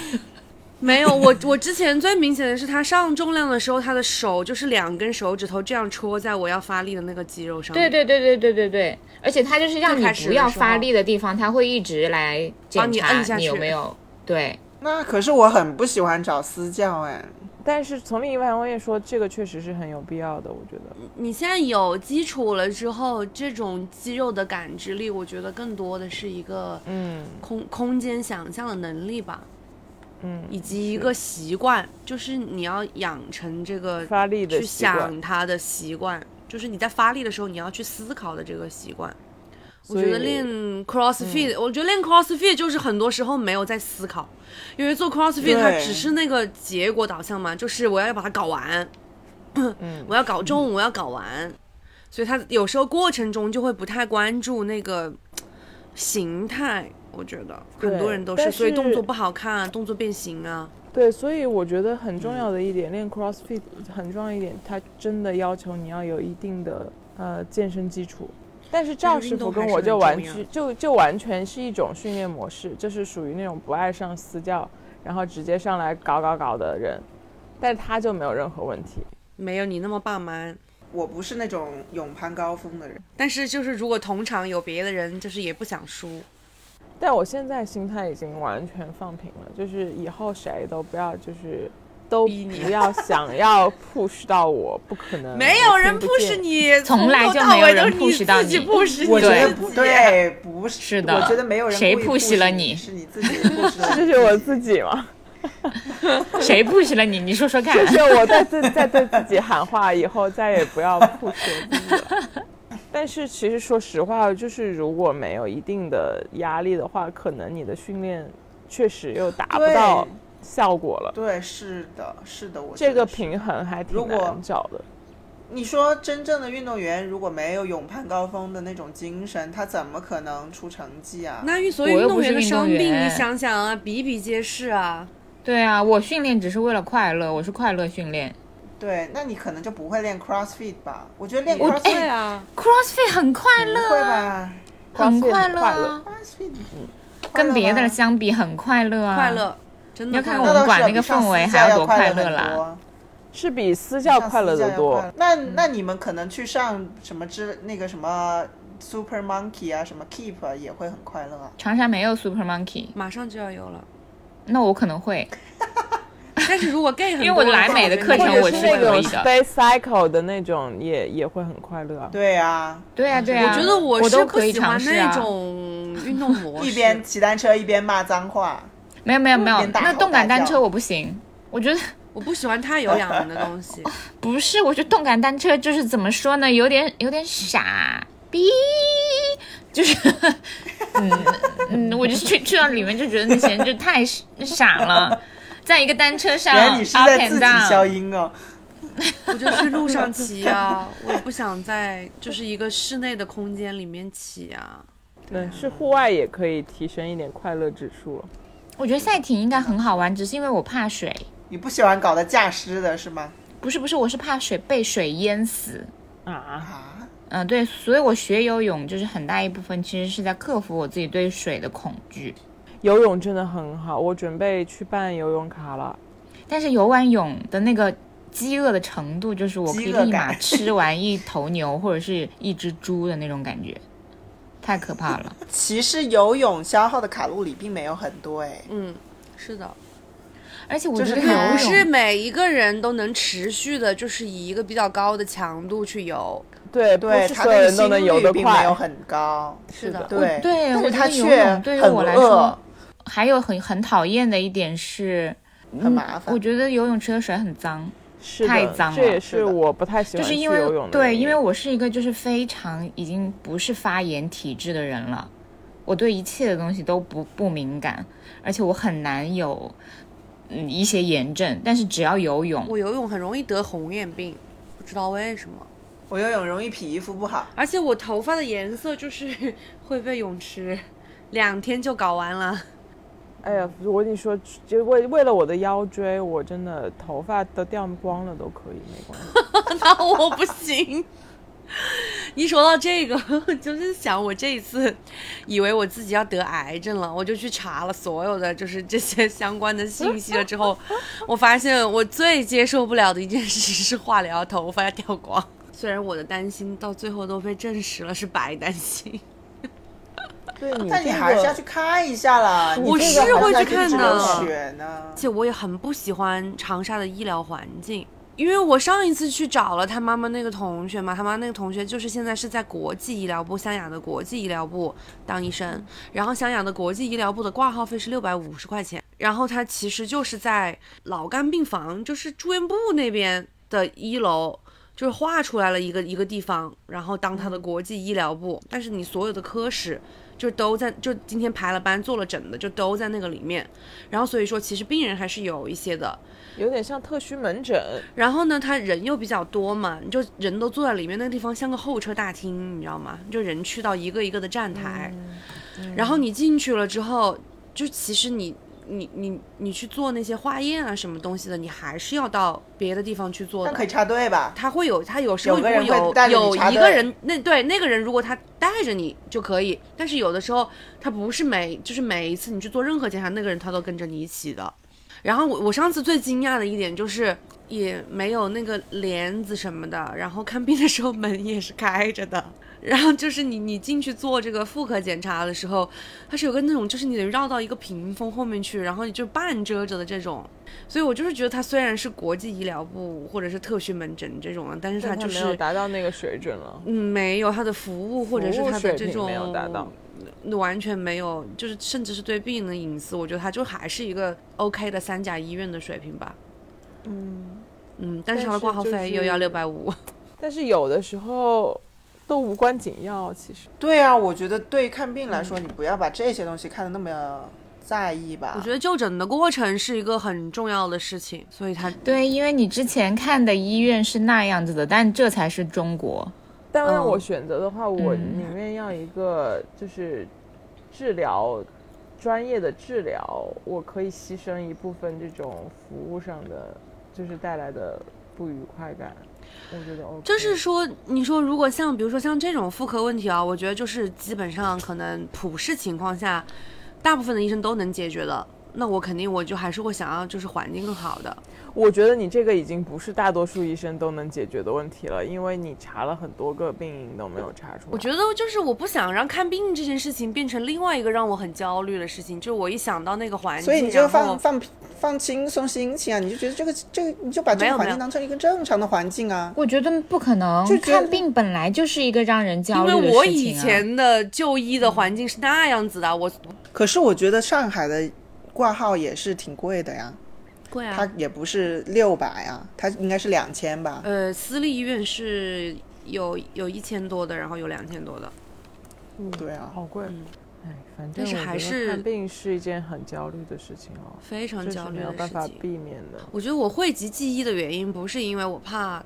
Speaker 2: 没有。我我之前最明显的是他上重量的时候，他的手就是两根手指头这样戳在我要发力的那个肌肉上
Speaker 5: 对
Speaker 2: 面，
Speaker 5: 对对对对对对，而且他就是让
Speaker 2: 最
Speaker 5: 你
Speaker 2: 开始
Speaker 5: 不
Speaker 2: 的
Speaker 5: 要
Speaker 2: 时
Speaker 5: 发
Speaker 2: 候
Speaker 5: 力的地方，他会一直来检
Speaker 2: 帮你
Speaker 5: 查
Speaker 2: 摁下
Speaker 5: 有
Speaker 2: 去
Speaker 5: 没有对，
Speaker 4: 那可是我很不喜欢找私教哎，
Speaker 1: 但是从另一方面说，这个确实是很有必要的，我觉得。
Speaker 2: 你现在有基础了之后，这种肌肉的感知力，我觉得更多的是一个
Speaker 1: 嗯，
Speaker 2: 空空间想象的能力吧，
Speaker 1: 嗯，
Speaker 2: 以及一个习惯，就是你要养成这个
Speaker 1: 发力的
Speaker 2: 去
Speaker 1: 习惯
Speaker 2: 想它的习惯，就是你在发力的时候你要去思考的这个习惯。我
Speaker 1: 所
Speaker 2: 觉得
Speaker 1: 以
Speaker 2: 练 CrossFit，、我觉得练 CrossFit 就是很多时候没有在思考，因为做 CrossFit 它
Speaker 4: 对
Speaker 2: 只是那个结果导向嘛，就是我要把它搞完，
Speaker 1: 嗯
Speaker 2: 我要搞中，我要搞完，所以他有时候过程中就会不太关注那个形态。我觉得
Speaker 1: 对
Speaker 2: 很多人都
Speaker 1: 但
Speaker 2: 所以动
Speaker 1: 是
Speaker 2: 作不好看啊，动作变形啊。
Speaker 1: 对，所以我觉得很重要的一点，练 CrossFit 很重要一点，它真的要求你要有一定的呃健身基础。但是赵
Speaker 2: 是
Speaker 1: 师
Speaker 2: 运
Speaker 1: 傅
Speaker 2: 动
Speaker 1: 跟
Speaker 2: 还
Speaker 1: 我
Speaker 2: 是
Speaker 1: 就
Speaker 2: 很
Speaker 1: 完
Speaker 2: 重要
Speaker 1: 全就就完全是一种训练模式，就是属于那种不爱上私教，然后直接上来搞搞搞的人，但是他就没有任何问题。
Speaker 2: 没有你那么霸蛮。
Speaker 4: 我不是那种勇攀高峰的人。
Speaker 2: 但是就是如果同场有别的人，就是也不想输。
Speaker 1: 但我现在心态已经完全放平了，就是以后谁都不要，就是都
Speaker 2: 逼你
Speaker 1: 不要想要 push 到我，不可能，
Speaker 2: 没有
Speaker 1: 我
Speaker 2: 人
Speaker 1: 听不见
Speaker 2: push 你，
Speaker 5: 从来
Speaker 2: 头
Speaker 5: 就
Speaker 2: 到
Speaker 5: 没有
Speaker 2: 尾都
Speaker 5: 人
Speaker 2: 是
Speaker 5: push 到
Speaker 2: 自己
Speaker 5: 你
Speaker 2: push
Speaker 4: 我
Speaker 2: 你
Speaker 4: 觉得
Speaker 2: 自
Speaker 4: 不
Speaker 2: 己。
Speaker 4: 对，哎不是
Speaker 5: 是的
Speaker 4: 我觉得没有人
Speaker 5: 谁
Speaker 4: 故意
Speaker 5: push 了你
Speaker 4: 是你自己 push 了
Speaker 1: 这
Speaker 4: 你。
Speaker 1: 是我自己嘛。
Speaker 5: 谁 push 了你？你说说看。
Speaker 1: 就我再自再对自己喊话，以后再也不要 push 我自己了。 但是其实说实话，就是如果没有一定的压力的话，可能你的训练确实又达不
Speaker 4: 对
Speaker 1: 到效果了。
Speaker 4: 对，是的，是的，我觉
Speaker 1: 这个
Speaker 4: 得是
Speaker 1: 平衡还
Speaker 4: 如
Speaker 1: 挺
Speaker 4: 果
Speaker 1: 难找的。
Speaker 4: 你说真正的运动员如果没有勇攀高峰的那种精神，他怎么可能出成绩啊？
Speaker 2: 那运所以
Speaker 5: 我又
Speaker 2: 动
Speaker 5: 不是
Speaker 2: 员的
Speaker 5: 运动
Speaker 2: 伤病，你
Speaker 5: 员
Speaker 2: 想想啊，比比皆是啊。
Speaker 5: 对啊，我训练只是为了快乐，我是快乐训练。
Speaker 4: 对，那你可能就不会练 CrossFit 吧？我觉得练
Speaker 5: 我哎
Speaker 4: CrossFit
Speaker 2: 啊，
Speaker 5: CrossFit 很快
Speaker 4: 不
Speaker 5: 乐
Speaker 4: 会
Speaker 5: 啊，
Speaker 4: 吧
Speaker 5: 很
Speaker 1: CrossFit
Speaker 5: 快
Speaker 1: 很
Speaker 5: 乐
Speaker 1: 快
Speaker 5: 啊
Speaker 1: 乐，
Speaker 4: ？CrossFit
Speaker 5: 跟别的
Speaker 4: 吧
Speaker 5: 人相比很快乐啊。
Speaker 2: 快乐，真
Speaker 5: 你
Speaker 2: 的
Speaker 5: 要
Speaker 2: 快
Speaker 5: 看
Speaker 2: 乐。
Speaker 5: 我
Speaker 4: 那
Speaker 5: 们
Speaker 4: 倒
Speaker 5: 管
Speaker 4: 是
Speaker 5: 那个
Speaker 4: 比上
Speaker 5: 氛围
Speaker 4: 私
Speaker 5: 还要
Speaker 4: 教要
Speaker 5: 多
Speaker 4: 快
Speaker 5: 快
Speaker 4: 乐嗯
Speaker 5: 乐
Speaker 4: 很
Speaker 5: 啦
Speaker 4: 多
Speaker 1: 是比私教快乐得多。
Speaker 4: 那那你们可能去上什么之那个什么 Super Monkey 啊，什么 Keep 啊，也会很快乐啊。
Speaker 5: 长沙没有 Super Monkey，
Speaker 2: 马上就要有了，
Speaker 5: 那我可能会。
Speaker 2: 但是如果 gay 很多，
Speaker 5: 因为我来美的
Speaker 1: 或
Speaker 5: 课那程
Speaker 1: 者
Speaker 5: 我
Speaker 1: 是
Speaker 5: 是
Speaker 1: 那
Speaker 5: 可
Speaker 1: 种
Speaker 5: 以的
Speaker 1: space cycle 的那种也也会很快乐啊。
Speaker 4: 对啊，
Speaker 5: 对啊，对啊。
Speaker 2: 我觉得
Speaker 5: 我
Speaker 2: 是
Speaker 5: 都
Speaker 2: 不
Speaker 5: 可以
Speaker 2: 喜
Speaker 5: 尝
Speaker 2: 欢
Speaker 5: 试
Speaker 2: 那
Speaker 5: 啊。
Speaker 2: 种运动模式。
Speaker 4: 一边骑单车一边骂脏话。
Speaker 5: 没有没有没有
Speaker 4: 边，大
Speaker 5: 那
Speaker 4: 吼
Speaker 5: 动感
Speaker 4: 大
Speaker 5: 单
Speaker 4: 叫
Speaker 5: 车我不行。我觉得
Speaker 2: 我不喜欢太有 氧的东西。
Speaker 5: 不是，我觉得动感单车就是怎么说呢，有点有点傻，哔，就是， 嗯嗯，我就去去到里面就觉得那些人就太傻傻了，在一个单车上
Speaker 4: 原来你是
Speaker 5: up
Speaker 4: 在
Speaker 5: and
Speaker 4: 自己消
Speaker 5: down，
Speaker 4: 音哦。
Speaker 2: 我就去路上骑啊，我不想在就是一个室内的空间里面骑啊。
Speaker 1: 对，是户外也可以提升一点快乐指数了。
Speaker 5: 我觉得赛艇应该很好玩，只是因为我怕水。
Speaker 4: 你不喜欢搞得驾湿的是吗？
Speaker 5: 不是不是，我是怕水被水淹死。
Speaker 1: 啊，
Speaker 4: 啊，
Speaker 5: 嗯、对，所以我学游泳就是很大一部分其实是在克服我自己对水的恐惧。
Speaker 1: 游泳真的很好，我准备去办游泳卡了。
Speaker 5: 但是游完泳的那个饥饿的程度，就是我可以
Speaker 4: 饥饿感
Speaker 5: 立马吃完一头牛或者是一只猪的那种感觉，太可怕了。
Speaker 4: 其实游泳消耗的卡路里并没有很多哎。
Speaker 2: 嗯，是的，
Speaker 5: 而且我
Speaker 4: 就是
Speaker 5: 觉得
Speaker 4: 它
Speaker 2: 不
Speaker 5: 游
Speaker 2: 是
Speaker 5: 泳，
Speaker 2: 每一个人都能持续的，就是以一个比较高的强度去游。
Speaker 1: 对，
Speaker 4: 对，
Speaker 1: 不是
Speaker 4: 它
Speaker 1: 所有
Speaker 4: 那个
Speaker 1: 人都
Speaker 4: 心
Speaker 1: 能游
Speaker 4: 率
Speaker 1: 得
Speaker 4: 并 没
Speaker 1: 快。
Speaker 4: 有很高。
Speaker 2: 是的，
Speaker 4: 哦对
Speaker 5: 对，
Speaker 4: 但
Speaker 5: 我
Speaker 4: 是
Speaker 5: 觉
Speaker 4: 它
Speaker 5: 得游
Speaker 4: 却
Speaker 5: 泳对于
Speaker 4: 很
Speaker 5: 我来说
Speaker 4: 饿，，
Speaker 5: 还有很很讨厌的一点是，
Speaker 4: 很麻烦。
Speaker 5: 我觉得游泳池的水很脏。
Speaker 1: 是的
Speaker 5: 太脏了
Speaker 1: 这也
Speaker 4: 是
Speaker 1: 是
Speaker 4: 的
Speaker 1: 我不太喜
Speaker 5: 就
Speaker 1: 欢
Speaker 5: 是
Speaker 1: 啊去
Speaker 5: 因
Speaker 1: 游泳
Speaker 5: 为
Speaker 1: 的
Speaker 5: 对，
Speaker 1: 原
Speaker 5: 因为我是一个就是非常已经不是发炎体质的人了，我对一切的东西都不不敏感，而且我很难有嗯一些炎症，但是只要游泳，
Speaker 2: 我游泳很容易得红眼病，不知道为什么。
Speaker 4: 我游泳容易皮肤不好，
Speaker 2: 而且我头发的颜色就是 会被泳池两天就搞完了。
Speaker 1: 哎呀，我跟你说，就为为了我的腰椎，我真的头发都掉光了都可以，没关系。
Speaker 2: 那我不行。一说到这个， 就是想我这一次，以为我自己要得癌症了，我就去查了所有的就是这些相关的信息了。之后， 我发现我最接受不了的一件事是化疗，头发要掉光。虽然我的担心到最后都被证实了是白担心，
Speaker 1: 对你
Speaker 4: 但你
Speaker 1: 这
Speaker 4: 还是
Speaker 1: 个
Speaker 4: 要去看一下啦。
Speaker 2: 我
Speaker 4: 你这
Speaker 2: 是
Speaker 4: 个好
Speaker 2: 会
Speaker 4: 像
Speaker 2: 去
Speaker 4: 就
Speaker 2: 看
Speaker 4: 只
Speaker 2: 的
Speaker 4: 流血呢
Speaker 2: 而。且我也很不喜欢长沙的医疗环境，因为我上一次去找了他妈妈那个同学嘛，他妈那个同学就是现在是在国际医疗部湘雅的国际医疗部当医生，然后湘雅的国际医疗部的挂号费是六百五十块钱，然后他其实就是在老干病房，就是住院部那边的一楼。就是划出来了一个一个地方，然后当他的国际医疗部，但是你所有的科室就都在，就今天排了班做了诊的，就都在那个里面。然后所以说，其实病人还是有一些的。
Speaker 1: 有点像特需门诊，
Speaker 2: 然后呢，他人又比较多嘛，你就人都坐在里面，那个地方像个候车大厅，你知道吗？就人去到一个一个的站台，然后你进去了之后，就其实你你你你去做那些化验啊什么东西的，你还是要到别的地方去做
Speaker 4: 但
Speaker 2: 的
Speaker 4: 可。以插队吧？
Speaker 2: 他会有，他有时候如
Speaker 4: 有个
Speaker 2: 果
Speaker 4: 人会
Speaker 2: 有
Speaker 4: 带着你
Speaker 2: 有
Speaker 4: 插
Speaker 2: 一
Speaker 4: 队
Speaker 2: 个人，那对那个人，如果他带着你就可以，但是有的时候他不是每就是每一次你去做任何检查，那个人他都跟着你一起的。然后我我上次最惊讶的一点就是也没有那个帘子什么的，然后看病的时候门也是开着的。然后就是你你进去做这个妇科检查的时候，它是有个那种就是你得绕到一个屏风后面去，然后你就半遮着的这种。所以我就是觉得它虽然是国际医疗部或者是特需门诊这种的，但是它
Speaker 1: 但它
Speaker 2: 就
Speaker 1: 没
Speaker 2: 是
Speaker 1: 有达到那个水准了。
Speaker 2: 嗯没有它的服务或者是
Speaker 1: 服务
Speaker 2: 它
Speaker 1: 水
Speaker 2: 的这
Speaker 1: 平
Speaker 2: 种嗯
Speaker 1: 没有达到，
Speaker 2: 完全没有，就是甚至是对病人的隐私，我觉得它就还是一个 OK 的三甲医院的水平吧。嗯嗯，但是它的
Speaker 1: 但是
Speaker 2: 挂号
Speaker 1: 就
Speaker 2: 费又要
Speaker 1: 是
Speaker 2: 六百五。
Speaker 1: 但是有的时候都无关紧要，其实
Speaker 4: 对啊，我觉得对于看病来说，你不要把这些东西看得那么在意吧。
Speaker 2: 我觉得就诊的过程是一个很重要的事情，所以它
Speaker 5: 对，因为你之前看的医院是那样子的，但这才是中国。
Speaker 1: 但让
Speaker 2: 嗯
Speaker 1: 我选择的话，我
Speaker 5: 嗯
Speaker 1: 宁愿要一个就是治疗专业的治疗，我可以牺牲一部分这种服务上的，就是带来的不愉快感。我觉得 OK，
Speaker 2: 就是说，你说如果像比如说像这种妇科问题啊，我觉得就是基本上可能普世情况下，大部分的医生都能解决的。那我肯定我就还是会想要就是环境更好的，
Speaker 1: 我觉得你这个已经不是大多数医生都能解决的问题了，因为你查了很多个病因都没有查出来。
Speaker 2: 我觉得就是我不想让看病这件事情变成另外一个让我很焦虑的事情，就是我一想到那个环境，
Speaker 4: 所以你就
Speaker 2: 然
Speaker 4: 放
Speaker 2: 后
Speaker 4: 放放轻松心情啊，你就觉得这个这个，你就把这
Speaker 2: 没
Speaker 4: 个
Speaker 2: 有
Speaker 4: 环
Speaker 2: 没有
Speaker 4: 境当成一个正常的环境啊。
Speaker 5: 我觉得不可能
Speaker 4: 就，觉得
Speaker 5: 看病本来就是一个让人焦
Speaker 2: 因
Speaker 5: 虑的事情、啊。
Speaker 2: 为我以前的就医的环境是那样子的，我
Speaker 4: 可是我觉得上海的挂号也是挺贵的呀，
Speaker 2: 贵啊呃
Speaker 4: 它也不是六百啊，它应该是两千吧。
Speaker 2: 呃，私立医院是有有一千多的，然后有两千多的。
Speaker 4: 对啊，
Speaker 1: 好贵。
Speaker 2: 嗯
Speaker 1: 哎，反正
Speaker 2: 但是
Speaker 1: 我
Speaker 2: 还
Speaker 1: 觉得
Speaker 2: 是
Speaker 1: 看病是一件很焦虑的事情哦，
Speaker 2: 非常
Speaker 1: 这是
Speaker 2: 焦虑
Speaker 1: 没有
Speaker 2: 的
Speaker 1: 办
Speaker 2: 事
Speaker 1: 法
Speaker 2: 情。
Speaker 1: 避免的。
Speaker 2: 我觉得我汇集记忆的原因，不是因为我怕，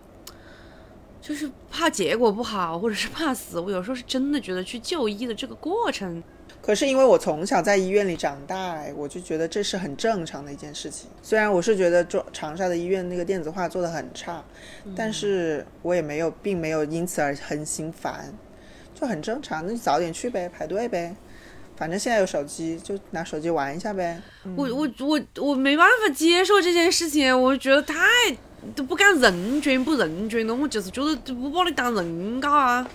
Speaker 2: 就是怕结果不好，或者是怕死。我有时候是真的觉得去就医的这个过程，
Speaker 4: 可是因为我从小在医院里长大，哎我就觉得这是很正常的一件事情。虽然我是觉得中长沙的医院那个电子化做的很差，
Speaker 5: 嗯
Speaker 4: 但是我也没有，并没有因此而很心烦，就很正常。那就早点去呗，排队呗，反正现在有手机，就拿手机玩一下呗。
Speaker 2: 我我我我没办法接受这件事情，我觉得太都不敢认捐不认捐了，我就是觉得都不把你当人搞啊。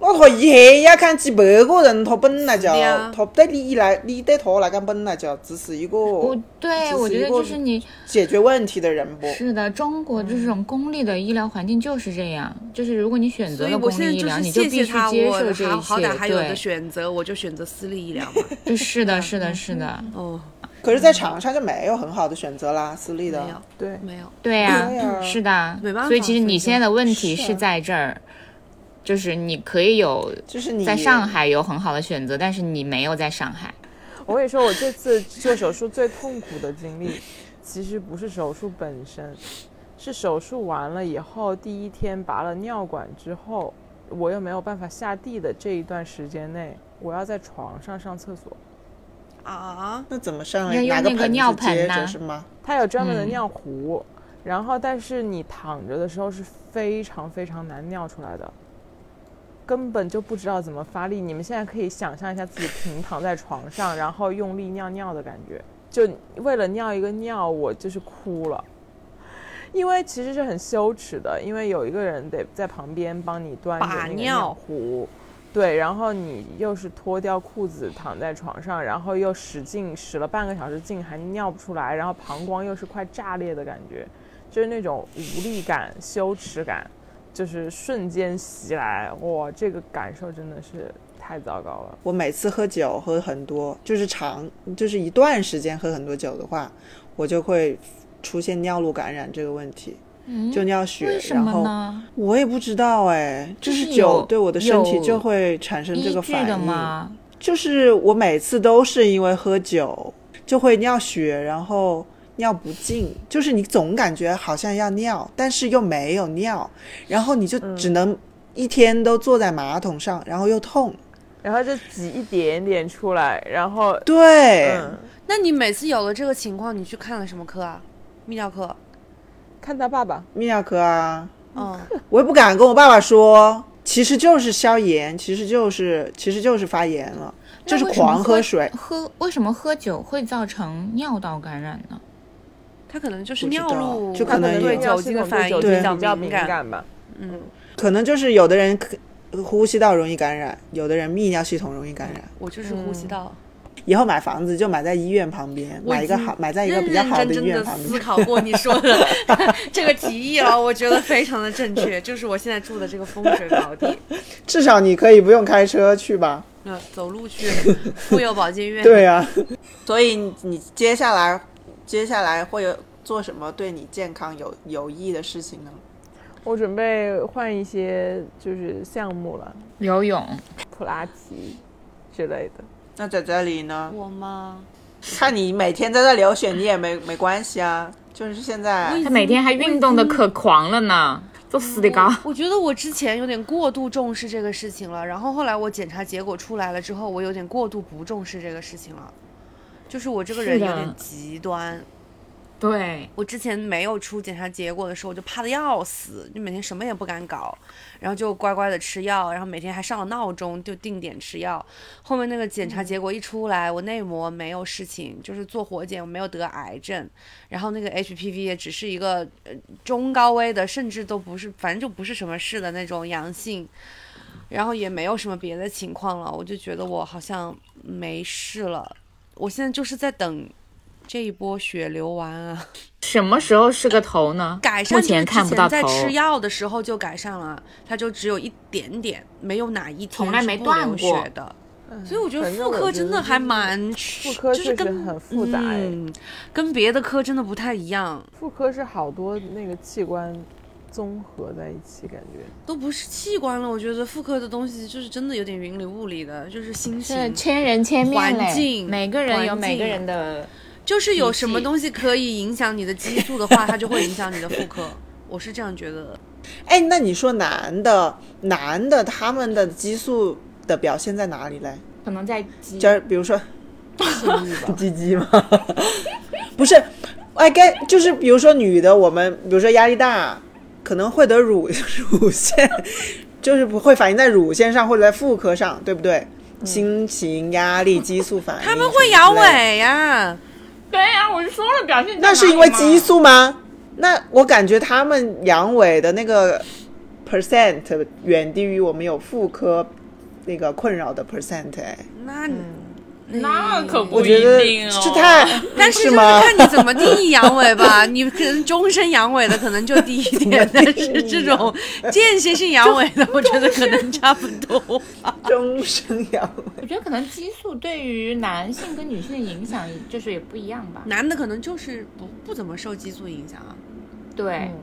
Speaker 4: 我可以黑呀，看几百个人，他本来就是
Speaker 2: 的呀
Speaker 4: 他对你来，你对他来讲本来就只是一个
Speaker 5: 我
Speaker 4: 只
Speaker 5: 对
Speaker 4: 是
Speaker 5: 我觉
Speaker 4: 一
Speaker 5: 得
Speaker 4: 个
Speaker 5: 就是你
Speaker 4: 解决问题的人不？
Speaker 5: 是的，中国
Speaker 2: 嗯
Speaker 5: 这种公立的医疗环境就是这样，就是如果你选择
Speaker 2: 所以
Speaker 5: 了
Speaker 2: 我
Speaker 5: 公
Speaker 2: 现在
Speaker 5: 立医
Speaker 2: 就
Speaker 5: 疗，
Speaker 2: 是
Speaker 5: 你就
Speaker 2: 谢
Speaker 5: 必
Speaker 2: 谢
Speaker 5: 须
Speaker 2: 他，
Speaker 5: 接
Speaker 2: 我
Speaker 5: 受这
Speaker 2: 好
Speaker 5: 一
Speaker 2: 好歹还有的
Speaker 5: 切。
Speaker 2: 选择，我就选择私立医疗嘛。
Speaker 5: 对，是的，是的，是的，
Speaker 2: 哦，
Speaker 4: 可是，在长沙就没有很好的选择啦，私立
Speaker 2: 没
Speaker 4: 的。
Speaker 2: 有
Speaker 1: 对，
Speaker 2: 没有，
Speaker 5: 对呀
Speaker 4: 对呀，
Speaker 5: 是的
Speaker 2: 啊没办，法
Speaker 5: 所以其实你现在的问题
Speaker 4: 是啊
Speaker 5: 是在这儿，就是你可以有
Speaker 4: 就是你
Speaker 5: 在上海有很好的选择，但是你没有在上海。
Speaker 1: 我跟你说，我这次做手术最痛苦的经历，其实不是手术本身，是手术完了以后第一天拔了尿管之后，我又没有办法下地的这一段时间内，我要在床上上厕所。
Speaker 2: 啊，
Speaker 4: 那怎么上
Speaker 5: 要
Speaker 4: 来？
Speaker 5: 用
Speaker 4: 拿
Speaker 5: 那个
Speaker 4: 盆
Speaker 5: 尿
Speaker 4: 子接
Speaker 5: 盆
Speaker 4: 着
Speaker 5: 呐
Speaker 4: 是吗？
Speaker 1: 它有专门的
Speaker 5: 嗯
Speaker 1: 尿壶，然后但是你躺着的时候是非常非常难尿出来的，根本就不知道怎么发力。你们现在可以想象一下自己平躺在床上，然后用力尿尿的感觉，就为了尿一个尿，我就是哭了。因为其实是很羞耻的，因为有一个人得在旁边帮你端着
Speaker 2: 把
Speaker 1: 那个
Speaker 2: 尿
Speaker 1: 尿壶，对，然后你又是脱掉裤子躺在床上，然后又使劲使了半个小时劲还尿不出来，然后膀胱又是快炸裂的感觉，就是那种无力感、羞耻感，就是瞬间袭来，哇，这个感受真的是太糟糕了。
Speaker 4: 我每次喝酒喝很多，就是长就是一段时间喝很多酒的话，我就会出现尿路感染这个问题，
Speaker 5: 嗯
Speaker 4: 就尿血。
Speaker 5: 为什
Speaker 4: 然
Speaker 5: 么
Speaker 4: 后
Speaker 5: 呢？
Speaker 4: 我也不知道哎，就
Speaker 5: 这
Speaker 4: 是
Speaker 5: 是
Speaker 4: 酒
Speaker 5: 有
Speaker 4: 对我的身体
Speaker 5: 有
Speaker 4: 就会产生这
Speaker 5: 依
Speaker 4: 个
Speaker 5: 据
Speaker 4: 反
Speaker 5: 的
Speaker 4: 应。
Speaker 5: 吗？
Speaker 4: 就是我每次都是因为喝酒就会尿血，然后尿不尽，就是你总感觉好像要尿，但是又没有尿，然后你就只能一天都坐在马桶上，然后又痛。
Speaker 1: 然后就挤一点点出来，然后
Speaker 4: 对，
Speaker 1: 嗯，
Speaker 2: 那你每次有了这个情况，你去看了什么科啊？泌尿科。
Speaker 1: 看他爸爸，
Speaker 4: 泌尿科啊，
Speaker 2: 嗯，
Speaker 4: 我也不敢跟我爸爸说，其实就是消炎，其实就是其实就是发炎了，
Speaker 5: 那
Speaker 4: 就是
Speaker 5: 为什么
Speaker 4: 狂喝水。
Speaker 5: 喝为什么喝酒会造成尿道感染呢？
Speaker 2: 他可能就是
Speaker 4: 不知
Speaker 2: 尿
Speaker 4: 道
Speaker 2: 路，
Speaker 4: 就
Speaker 2: 他
Speaker 4: 可能
Speaker 2: 对
Speaker 4: 有
Speaker 2: 酒
Speaker 1: 系
Speaker 2: 精
Speaker 1: 统
Speaker 2: 的反应
Speaker 1: 酒
Speaker 4: 对
Speaker 1: 精比较
Speaker 2: 敏
Speaker 1: 敏
Speaker 2: 感。
Speaker 1: 感吧。
Speaker 2: 嗯，
Speaker 4: 可能就是有的人可呼吸道容易感染，有的人泌尿系统容易感染。
Speaker 2: 我就是呼
Speaker 4: 嗯
Speaker 2: 吸道。
Speaker 4: 以后买房子就买在医院旁边，
Speaker 2: 我
Speaker 4: 买一个好，买在一个
Speaker 2: 认
Speaker 4: 比较
Speaker 2: 认
Speaker 4: 好
Speaker 2: 真
Speaker 4: 的医
Speaker 2: 真
Speaker 4: 院
Speaker 2: 的
Speaker 4: 旁
Speaker 2: 思
Speaker 4: 边。
Speaker 2: 考过你说的 这个提议了，我觉得非常的正确，就是我现在住的这个风水宝地，
Speaker 4: 至少你可以不用开车去 吧？
Speaker 2: 那走路去妇幼保健院。
Speaker 4: 对啊。所以你你接下来接下来会有做什么对你健康有有益的事情呢？
Speaker 1: 我准备换一些就是项目了，
Speaker 5: 游泳，
Speaker 1: 普拉提之类的。
Speaker 4: 那在这里呢？
Speaker 2: 我吗？
Speaker 4: 看你每天在这流血，你也没没关系啊。就是现在
Speaker 5: 他每天还运动的可狂了呢，做死的高。
Speaker 2: 我觉得我之前有点过度重视这个事情了，然后后来我检查结果出来了之后，我有点过度不重视这个事情了，就是我这个人
Speaker 5: 是
Speaker 2: 有
Speaker 5: 的
Speaker 2: 点极端。
Speaker 5: 对，
Speaker 2: 我之前没有出检查结果的时候，我就怕的要死，就每天什么也不敢搞，然后就乖乖的吃药，然后每天还上了闹钟，就定点吃药。后面那个检查结果一出来，我内膜没有事情，就是做活检我没有得癌症，然后那个 HPV 也只是一个呃中高危的，甚至都不是，反正就不是什么事的那种阳性，然后也没有什么别的情况了，我就觉得我好像没事了。我现在就是在等这一波血流完啊。
Speaker 5: 什么时候是个头呢？
Speaker 2: 改善
Speaker 5: 目
Speaker 2: 就是
Speaker 5: 前
Speaker 2: 之
Speaker 5: 看不到
Speaker 2: 前在
Speaker 5: 头，
Speaker 2: 吃药的时候就改善了，它就只有一点点，没有哪一天
Speaker 5: 从来没
Speaker 2: 是不流
Speaker 5: 断过
Speaker 2: 血的。所以我觉得
Speaker 1: 嗯反正
Speaker 2: 妇
Speaker 1: 我
Speaker 2: 科
Speaker 1: 觉
Speaker 2: 真
Speaker 1: 得
Speaker 2: 的
Speaker 1: 就
Speaker 2: 还
Speaker 1: 是
Speaker 2: 蛮
Speaker 1: 妇
Speaker 2: 吃，
Speaker 1: 科
Speaker 2: 就是
Speaker 1: 确实
Speaker 2: 跟
Speaker 1: 很复杂哎
Speaker 2: 嗯，跟别的科真的不太一样。
Speaker 1: 妇科是好多那个器官综合在一起，感觉
Speaker 2: 都不是器官了。我觉得妇科的东西就是真的有点云里雾里的，就是心
Speaker 5: 是
Speaker 2: 情，
Speaker 5: 千人千面
Speaker 2: 环
Speaker 5: 嘞，
Speaker 2: 境
Speaker 5: 每个人有
Speaker 2: 环境
Speaker 5: 每个人的，
Speaker 2: 就是有什么东西可以影响你的激素的话，它就会影响你的妇科。 我是这样 觉得的。
Speaker 4: 哎，那你说男的，男的他们的激素的表现在哪里嘞？
Speaker 5: 可能在基
Speaker 4: 就是比如说。
Speaker 1: 性欲吧
Speaker 4: 鸡鸡吗？ 不是，哎，该就是比如说女的，我们比如说压力大，可能会得乳 乳腺，就是不会反映在乳腺上或者在妇科上，对不对？心情、压力、激素反应，
Speaker 2: 嗯他们会摇。尾呀、
Speaker 5: 对呀、我就说了表现在哪里嘛，
Speaker 4: 那是因为激素吗？那我感觉他们阳痿的那个 percent 远低于我们有妇科那个困扰的 percent 哎，
Speaker 2: 那
Speaker 1: 嗯
Speaker 2: 你。
Speaker 5: 那可不
Speaker 4: 我觉得
Speaker 5: 一定哦
Speaker 4: 是太，
Speaker 2: 但是就是
Speaker 4: 吗？
Speaker 2: 看你怎么定义阳痿吧，你可能终身阳痿的可能就低一点，但
Speaker 5: 啊
Speaker 2: 是这种间歇性阳痿的，我觉得可能差不多。
Speaker 4: 终生阳痿。
Speaker 5: 我觉得可能激素对于男性跟女性的影响，就是也不一样吧。
Speaker 2: 男的可能就是不不怎么受激素影响啊，
Speaker 5: 对，
Speaker 4: 嗯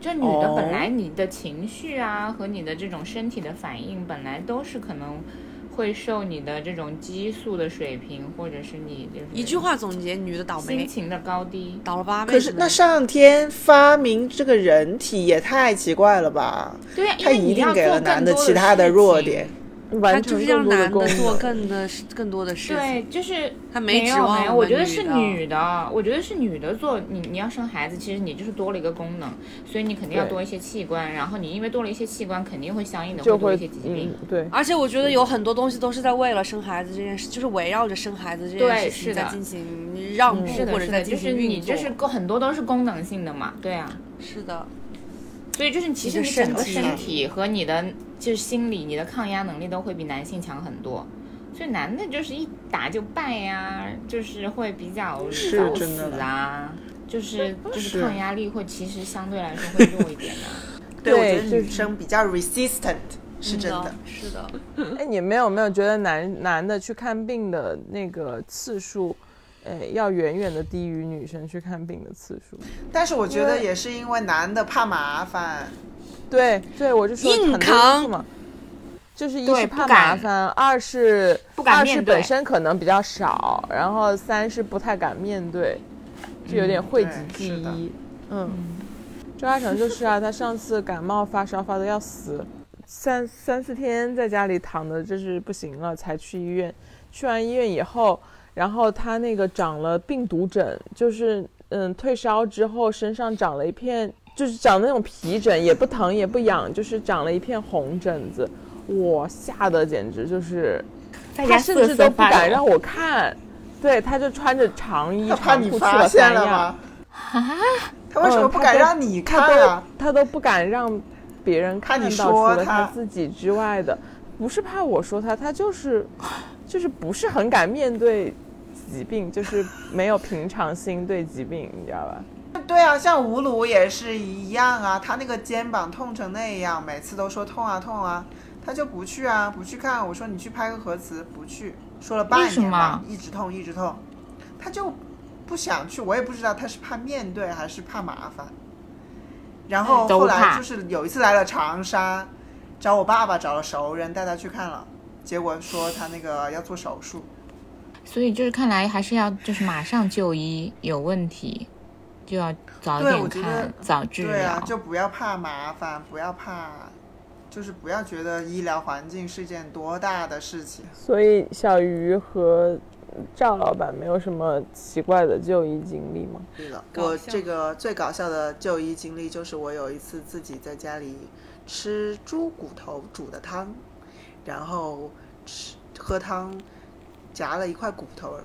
Speaker 5: 就女的
Speaker 4: 哦
Speaker 5: 本来你的情绪啊、和你的这种身体的反应，本来都是可能会受你的这种激素的水平，或者是你就是
Speaker 2: 一句话总结，女的倒
Speaker 5: 心
Speaker 2: 霉，
Speaker 5: 情的高低。
Speaker 2: 倒了八辈
Speaker 4: 可
Speaker 2: 子
Speaker 4: 是
Speaker 2: 霉。
Speaker 4: 那上天发明这个人体也太奇怪了吧？
Speaker 5: 对呀、因
Speaker 4: 他
Speaker 5: 为你
Speaker 4: 一定
Speaker 5: 要
Speaker 4: 给
Speaker 5: 做
Speaker 4: 了
Speaker 5: 更
Speaker 4: 男
Speaker 5: 多
Speaker 4: 的
Speaker 5: 的
Speaker 4: 其他的
Speaker 5: 事
Speaker 4: 弱
Speaker 5: 情
Speaker 4: 点。，
Speaker 2: 他
Speaker 1: 完
Speaker 2: 就
Speaker 1: 成
Speaker 2: 是让
Speaker 1: 更多的
Speaker 2: 男
Speaker 1: 功
Speaker 2: 的做
Speaker 1: 能。
Speaker 2: 更的事更多的事情
Speaker 5: 对，，就是
Speaker 2: 他没
Speaker 5: 没
Speaker 2: 指
Speaker 5: 有
Speaker 2: 望
Speaker 5: 没有，
Speaker 2: 我
Speaker 5: 我
Speaker 2: 们
Speaker 5: 觉得是
Speaker 2: 的啊
Speaker 5: 女的，我觉得是女的做你你要生孩子，其实你就是多了一个功能，所以你肯定要
Speaker 1: 对
Speaker 5: 多一些器官，然后你因为多了一些器官，肯定会相应的
Speaker 1: 就
Speaker 5: 多
Speaker 1: 会
Speaker 5: 一些疾
Speaker 1: 嗯
Speaker 5: 病。，
Speaker 1: 对，
Speaker 2: 而且我觉得有很多东西都是在为了生孩子这件事，就是围绕着生孩子这件
Speaker 5: 对
Speaker 2: 事情
Speaker 5: 是的嗯
Speaker 2: 在进行让步
Speaker 5: 是
Speaker 2: 嗯或者
Speaker 5: 的，是
Speaker 2: 在
Speaker 5: 的，就
Speaker 2: 进
Speaker 5: 是
Speaker 2: 行
Speaker 5: 你
Speaker 2: 运作。
Speaker 5: 就是很多都是功能性的嘛，对啊，
Speaker 2: 是的，
Speaker 5: 所以就是其
Speaker 2: 你的
Speaker 5: 实你整个
Speaker 2: 身体
Speaker 5: 身体和你的就是心理、你的抗压能力都会比男性强很多。所以男的就是一打就败呀、就是会比较
Speaker 4: 是
Speaker 5: 早
Speaker 4: 真的
Speaker 5: 死啊，就是就是
Speaker 4: 是
Speaker 5: 抗压力会其实相对来说会弱一点的、
Speaker 1: 对我觉得女
Speaker 4: 生比较 resistant，是
Speaker 2: 嗯。是的，
Speaker 1: 哎，你们有没有觉得男男的去看病的那个次数，呃，要远远的低于女生去看病的次数？
Speaker 4: 但是我觉得也是因为男的怕麻烦，
Speaker 1: 对对，我就说很
Speaker 2: 硬
Speaker 1: 多
Speaker 2: 扛
Speaker 1: 因素嘛，就是一
Speaker 5: 对
Speaker 1: 是
Speaker 5: 不
Speaker 1: 怕麻
Speaker 5: 敢
Speaker 1: 烦，二是
Speaker 5: 不敢
Speaker 1: 二
Speaker 5: 面
Speaker 1: 是
Speaker 5: 对
Speaker 1: 本身可能比较少，然后三是不太敢面对，就有点讳疾
Speaker 4: 嗯对
Speaker 1: 忌
Speaker 4: 是的
Speaker 1: 医。嗯，周嘉诚就是啊，他上次感冒发烧发的要死，三三四天在家里躺的就是不行了，才去医院。去完医院以后，然后他那个长了病毒疹，就是嗯退烧之后身上长了一片，就是长那种皮疹，也不疼也不痒，就是长了一片红疹子，我吓得简直就是，
Speaker 5: 大
Speaker 1: 他甚至都不敢让我看，对，他就穿着长衣
Speaker 4: 他怕
Speaker 1: 长
Speaker 4: 你
Speaker 1: 裤去
Speaker 4: 发现
Speaker 1: 三
Speaker 4: 了
Speaker 1: 亚
Speaker 4: 吗，？他为什么不敢让你
Speaker 1: 他
Speaker 4: 看
Speaker 1: 都
Speaker 4: 啊？
Speaker 1: 他都不敢让别人看
Speaker 4: 怕
Speaker 1: 到，
Speaker 4: 你
Speaker 1: 除
Speaker 4: 说
Speaker 1: 了他
Speaker 4: 他
Speaker 1: 自己之外的，不是怕我说他，他就是就是不是很敢面对疾病，就是没有平常心对疾病，你知道吧？
Speaker 4: 对啊，像吴鲁也是一样啊，他那个肩膀痛成那样，每次都说痛啊痛啊，他就不去啊，不去看。我说你去拍个核磁，不去，说了半
Speaker 5: 为什
Speaker 4: 年吧
Speaker 5: 么，
Speaker 4: 一直痛一直痛，他就不想去。我也不知道他是怕面对还是怕麻烦。然后
Speaker 5: 哎都
Speaker 4: 后来
Speaker 5: 怕
Speaker 4: 就是有一次来了长沙，找我爸爸找了熟人带他去看了，结果说他那个要做手术。
Speaker 5: 所以就是看来还是要就是马上就医，有问题就要早
Speaker 4: 对
Speaker 5: 点
Speaker 4: 我觉得
Speaker 5: 看，早治
Speaker 4: 对
Speaker 5: 疗
Speaker 4: 啊，。就不要怕麻烦，不要怕，就是不要觉得医疗环境是件多大的事情。
Speaker 1: 所以小鱼和赵老板没有什么奇怪的就医经历吗？
Speaker 4: 对的，
Speaker 2: 搞
Speaker 4: 我
Speaker 2: 笑
Speaker 4: 这个最搞笑的就医经历就是我有一次自己在家里吃猪骨头煮的汤，然后吃喝汤夹了一块骨头，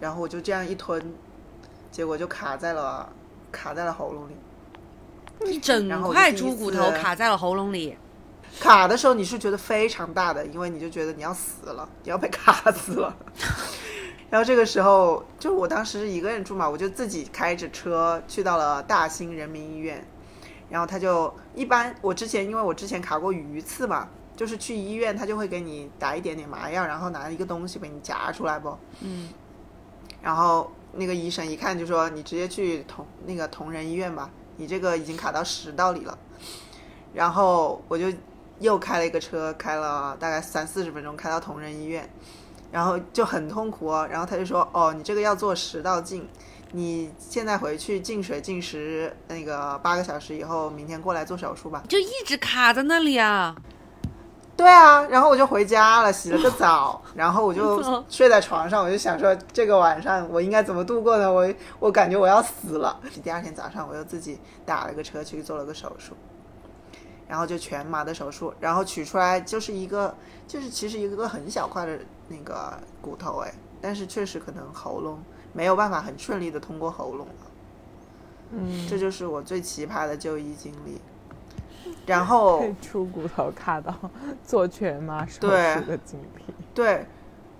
Speaker 4: 然后我就这样一吞，结果就卡在了卡在了喉咙里。
Speaker 2: 一整
Speaker 4: 嗯然后我就
Speaker 2: 块
Speaker 4: 第一
Speaker 2: 猪骨
Speaker 4: 次
Speaker 2: 头卡在了喉咙里，
Speaker 4: 卡的时候你是觉得非常大的，因为你就觉得你要死了，你要被卡死了。然后这个时候，就是我当时是一个人住嘛，我就自己开着车去到了大兴人民医院，然后他就一般我之前因为我之前卡过鱼刺嘛，就是去医院他就会给你打一点点麻药，然后拿一个东西把你夹出来不，
Speaker 2: 嗯，
Speaker 4: 然后那个医生一看就说：“你直接去同那个同仁医院吧，你这个已经卡到食道里了。然后我就又开了一个车，开了大概三四十分钟，开到同仁医院，然后就很痛苦哦。然后他就说：“哦，你这个要做食道镜，你现在回去禁水禁食，那个八个小时以后，明天过来做手术吧。”
Speaker 2: 就一直卡在那里啊。
Speaker 4: 对啊，然后我就回家了，洗了个澡，然后我就睡在床上，我就想说这个晚上我应该怎么度过呢？我我感觉我要死了。第二天早上我又自己打了个车去做了个手术，然后就全麻的手术，然后取出来就是一个就是其实一个很小块的那个骨头哎，但是确实可能喉咙没有办法很顺利的通过喉咙了。
Speaker 1: 嗯，
Speaker 4: 这就是我最奇葩的就医经历。然后
Speaker 1: 被出骨头卡到 做全麻手术
Speaker 4: 对
Speaker 1: 的经历。
Speaker 4: 对，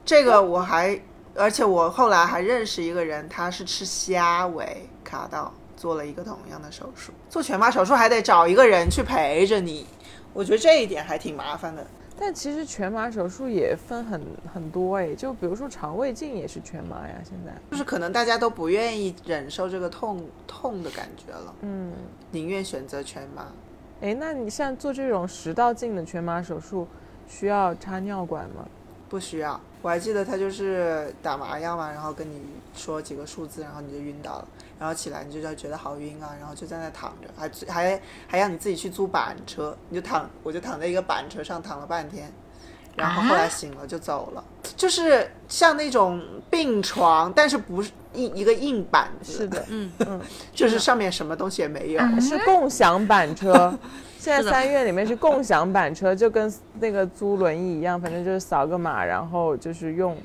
Speaker 4: 这个我还，而且我后来还认识一个人，他是吃虾尾卡到做了一个同样的手术，做全麻手术还得找一个人去陪着你，我觉得这一点还挺麻烦的。
Speaker 1: 但其实全麻手术也分很很多哎，就比如说肠胃镜也是全麻呀，现在。
Speaker 4: 就是可能大家都不愿意忍受这个痛痛的感觉了，
Speaker 1: 嗯，
Speaker 4: 宁愿选择全麻。
Speaker 1: 哎，那你像做这种食道镜的全麻手术，需要插尿管吗？
Speaker 4: 不需要，我还记得他就是打麻药嘛，然后跟你说几个数字，然后你就晕倒了，然后起来你就觉得好晕啊，然后就在那躺着，还自还还让你自己去租板车，你就躺，我就躺在一个板车上躺了半天，然后
Speaker 1: 啊
Speaker 4: 后来醒了就走了，就是像那种病床，但是不是一一个硬板子，
Speaker 1: 是的，嗯哎
Speaker 2: 嗯，
Speaker 4: 就是上面什么东西也没有，
Speaker 1: 是共享板 车。现
Speaker 2: 是
Speaker 1: 在
Speaker 2: 的
Speaker 1: 三月里面是共享板车，就跟那个租轮椅一样，反正就是扫个码，然后就是用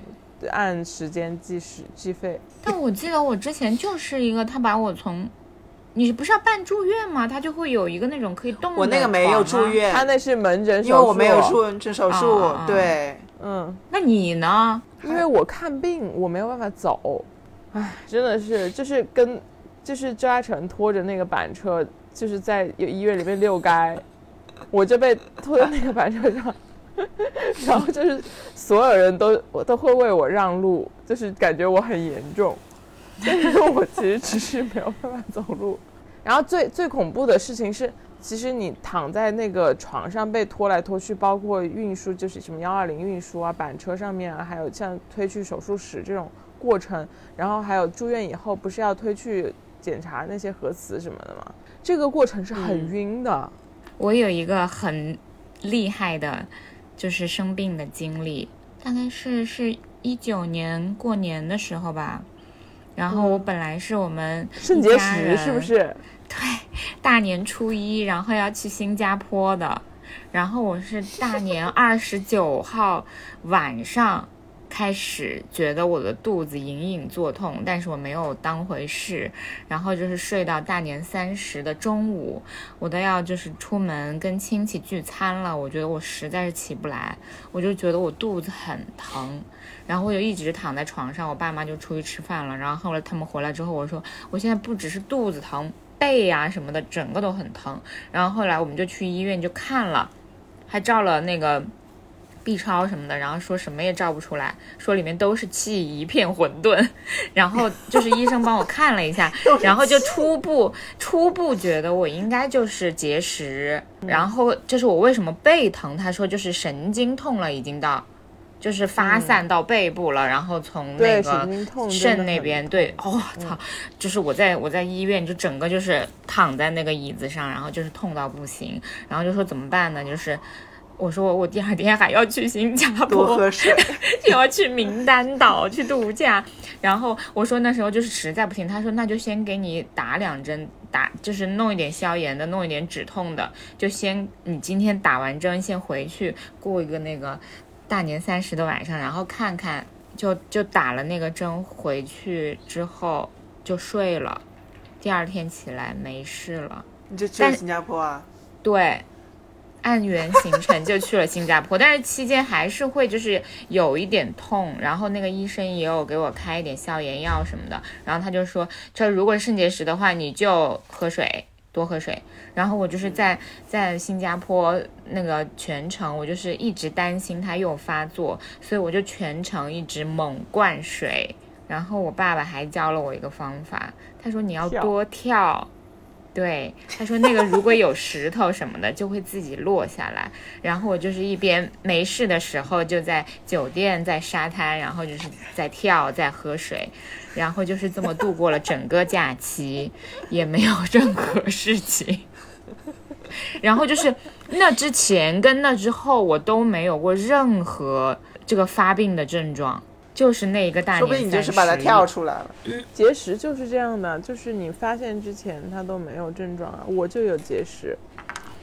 Speaker 1: 按时间计时计费。
Speaker 5: 但我记得我之前就是一个，他把我从，你不是要办住院吗？他就会有一个那种可以动的
Speaker 4: 我那个没
Speaker 5: 床啊
Speaker 4: 有住
Speaker 5: 吗。
Speaker 4: 院
Speaker 1: 他，那是门诊手术，哦
Speaker 4: 因为我没有，住这手术，
Speaker 5: 啊啊啊
Speaker 4: 对。
Speaker 1: 嗯，
Speaker 5: 那你呢？
Speaker 1: 因为我看病我没有办法走，唉，真的是就是跟就是周嘉诚拖着那个板车，就是在医院里面遛街，我就被拖到那个板车上， 然后就是所有人都我都会为我让路，就是感觉我很严重， 但是我其实只是没有办法走路。然后最最恐怖的事情是，其实你躺在那个床上被拖来拖去，包括运输，就是什么幺二零运输啊、板车上面啊，还有像推去手术室这种过程，然后还有住院以后不是要推去检查那些核磁什么的吗？这个过程是很晕的，
Speaker 5: 我有一个很厉害的，就是生病的经历，大概是是一九年过年的时候吧。然后我本来是我们
Speaker 1: 嗯肾
Speaker 5: 一
Speaker 1: 结
Speaker 5: 家
Speaker 1: 石
Speaker 5: 人
Speaker 1: 是不是？
Speaker 5: 大年初一，然后要去新加坡的。然后我是大年二十九号晚上开始觉得我的肚子隐隐作痛，但是我没有当回事。然后就是睡到大年三十的中午，我都要就是出门跟亲戚聚餐了。我觉得我实在是起不来，我就觉得我肚子很疼，然后我就一直躺在床上。我爸妈就出去吃饭了，然后后来他们回来之后，我说我现在不只是肚子疼，背呀、什么的，整个都很疼。然后后来我们就去医院就看了，还照了那个 B 超什么的，然后说什么也照不出来，说里面都是气，一片混沌。然后就是医生帮我看了一 下，然后就初步初步觉得我应该就是结石。
Speaker 1: 嗯
Speaker 5: 然后就是我为什么背疼，他说就是神经痛了，已经到。就是发散到背部了，然后
Speaker 1: 嗯
Speaker 5: 从那
Speaker 1: 对，
Speaker 5: 个
Speaker 1: 神经痛嗯真的
Speaker 5: 肾那
Speaker 1: 很
Speaker 5: 边，对，哦，操，就是我在我在医院就整个就是躺在那个椅子上，然后就是痛到不行，然后就说怎么办呢？就是我说我我第二天还要去新加
Speaker 4: 多
Speaker 5: 坡，
Speaker 4: 喝水，
Speaker 5: 就要去名丹岛去度假。然后我说那时候就是实在不行，他说那就先给你打两针，打就是弄一点消炎的，弄一点止痛的，就先你今天打完针先回去过一个那个大年三十的晚上，然后看看。就就打了那个针回去之后就睡了，第二天起来没事了。
Speaker 4: 你就去了
Speaker 5: 但
Speaker 4: 新加坡啊？
Speaker 5: 对，按原行程就去了新加坡，但是期间还是会就是有一点痛，然后那个医生也有给我开一点消炎药什么的，然后他就说，这如果是肾结石的话，你就喝水。多喝水，然后我就是在在新加坡那个全程，我就是一直担心它又发作，所以我就全程一直猛灌水。然后我爸爸还教了我一个方法，他说你要
Speaker 1: 跳
Speaker 5: 多跳，对，他说那个如果有石头什么的，就会自己落下来。然后我就是一边没事的时候就在酒店、在沙滩，然后就是在跳、在喝水，然后就是这么度过了整个假期，也没有任何事情。 然后就是那之前跟那之后，我都没有过任何这个发病的症状，就是那一个大
Speaker 4: 说
Speaker 5: 年
Speaker 4: 不
Speaker 5: 三十
Speaker 4: 定你就是把它跳出来了。
Speaker 1: 结石就是这样的，就是你发现之前它都没有症状啊，我就有结石。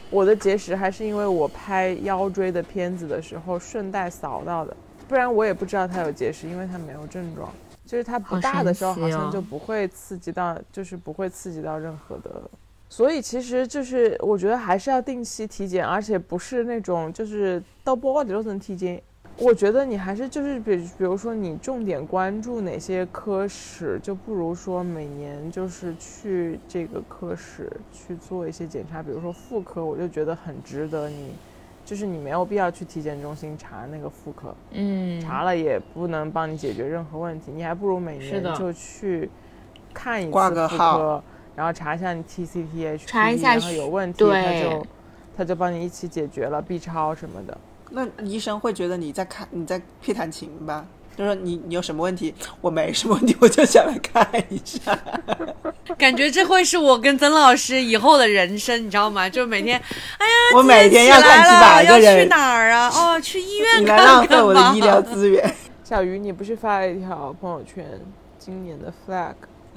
Speaker 1: 我的结石还是因为我拍腰椎的片子的时候顺带扫到的，不然我也不知道它有结石，因为它没有症状。就是它不
Speaker 5: 好
Speaker 1: 大
Speaker 5: 神
Speaker 1: 的时候，好
Speaker 5: 奇
Speaker 1: 像
Speaker 5: 哦
Speaker 1: 就不会刺激到，就是不会刺激到任何的。所以其实就是我觉得还是要定期体检，而且不是那种就是到波里都能体检，我觉得你还是就是比比如说你重点关注哪些科室，就不如说每年就是去这个科室去做一些检查，比如说妇科，我就觉得很值得你，就是你没有必要去体检中心查那个妇科，
Speaker 5: 嗯，
Speaker 1: 查了也不能帮你解决任何问题，你还不如每
Speaker 5: 是
Speaker 1: 年
Speaker 5: 的
Speaker 1: 就去看一次
Speaker 4: 挂个
Speaker 1: 妇
Speaker 4: 号
Speaker 1: 科，然后查一下你 TCTH，
Speaker 5: 查一下
Speaker 1: 然后有问题他
Speaker 5: 对
Speaker 1: 就他就帮你一起解决了 B 超什么的。
Speaker 4: 那医生会觉得你在看你在屁弹琴吧？就说你你有什么问题？我没什么问题，我就想来看一下。
Speaker 2: 感觉这会是我跟曾老师以后的人生，你知道吗？就每 天，哎呀，
Speaker 4: 我每天要看几百个
Speaker 2: 今天起来了要去
Speaker 4: 人，
Speaker 2: 哪儿啊？哦，去医院
Speaker 4: 你
Speaker 2: 看
Speaker 4: 来
Speaker 2: 看吧。
Speaker 4: 浪费我的医疗资源。
Speaker 1: 小鱼，你不是发了一条朋友圈今年的 flag？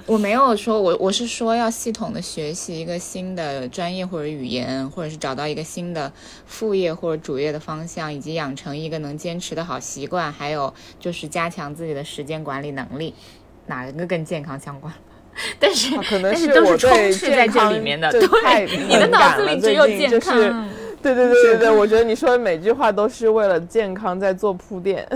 Speaker 5: 我没有说，我我是说要系统的学习一个新的专业或者语言，或者是找到一个新的副业或者主业的方向，以及养成一个能坚持的好习惯，还有就是加强自己的时间管理能力，哪个跟健康相关？ 但是、
Speaker 1: 啊可能
Speaker 5: 但
Speaker 1: 是
Speaker 5: 都
Speaker 1: 我
Speaker 5: 是充
Speaker 1: 对
Speaker 5: 斥在
Speaker 1: 健
Speaker 5: 这
Speaker 1: 康
Speaker 5: 里面的，
Speaker 1: 就太
Speaker 5: 对，你的
Speaker 1: 敏
Speaker 5: 脑
Speaker 1: 感
Speaker 5: 子
Speaker 1: 了
Speaker 5: 里只有
Speaker 1: 最近
Speaker 5: 健
Speaker 1: 就是
Speaker 5: 康。啊
Speaker 1: 对对对对 对，我觉得你说的每句话都是为了健康在做铺垫。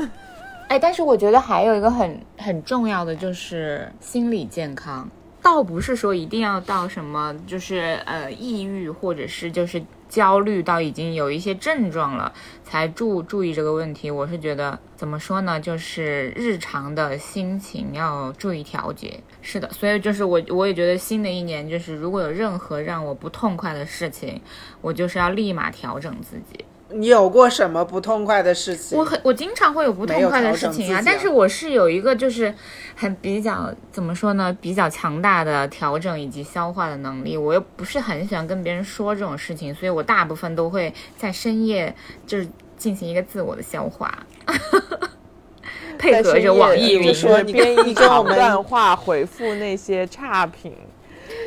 Speaker 5: 哎，但是我觉得还有一个很很重要的就是心理健康，倒不是说一定要到什么就是呃抑郁或者是就是焦虑到已经有一些症状了才注注意这个问题。我是觉得怎么说呢，就是日常的心情要注意调节。是的，所以就是我我也觉得新的一年就是如果有任何让我不痛快的事情，我就是要立马调整自己。
Speaker 4: 你有过什么不痛快的事情？
Speaker 5: 我很我经常会有不痛快的事
Speaker 4: 没有调整自
Speaker 5: 情
Speaker 4: 己啊
Speaker 5: 啊，但是我是有一个就是很比较怎么说呢，比较强大的调整以及消化的能力。我又不是很喜欢跟别人说这种事情，所以我大部分都会在深夜就是进行一个自我的消化， 配合着网易
Speaker 1: 就
Speaker 5: 云。
Speaker 1: 是编
Speaker 4: 你
Speaker 1: 一
Speaker 4: 跟我
Speaker 1: 长
Speaker 4: 们
Speaker 1: 段话回复那些差评。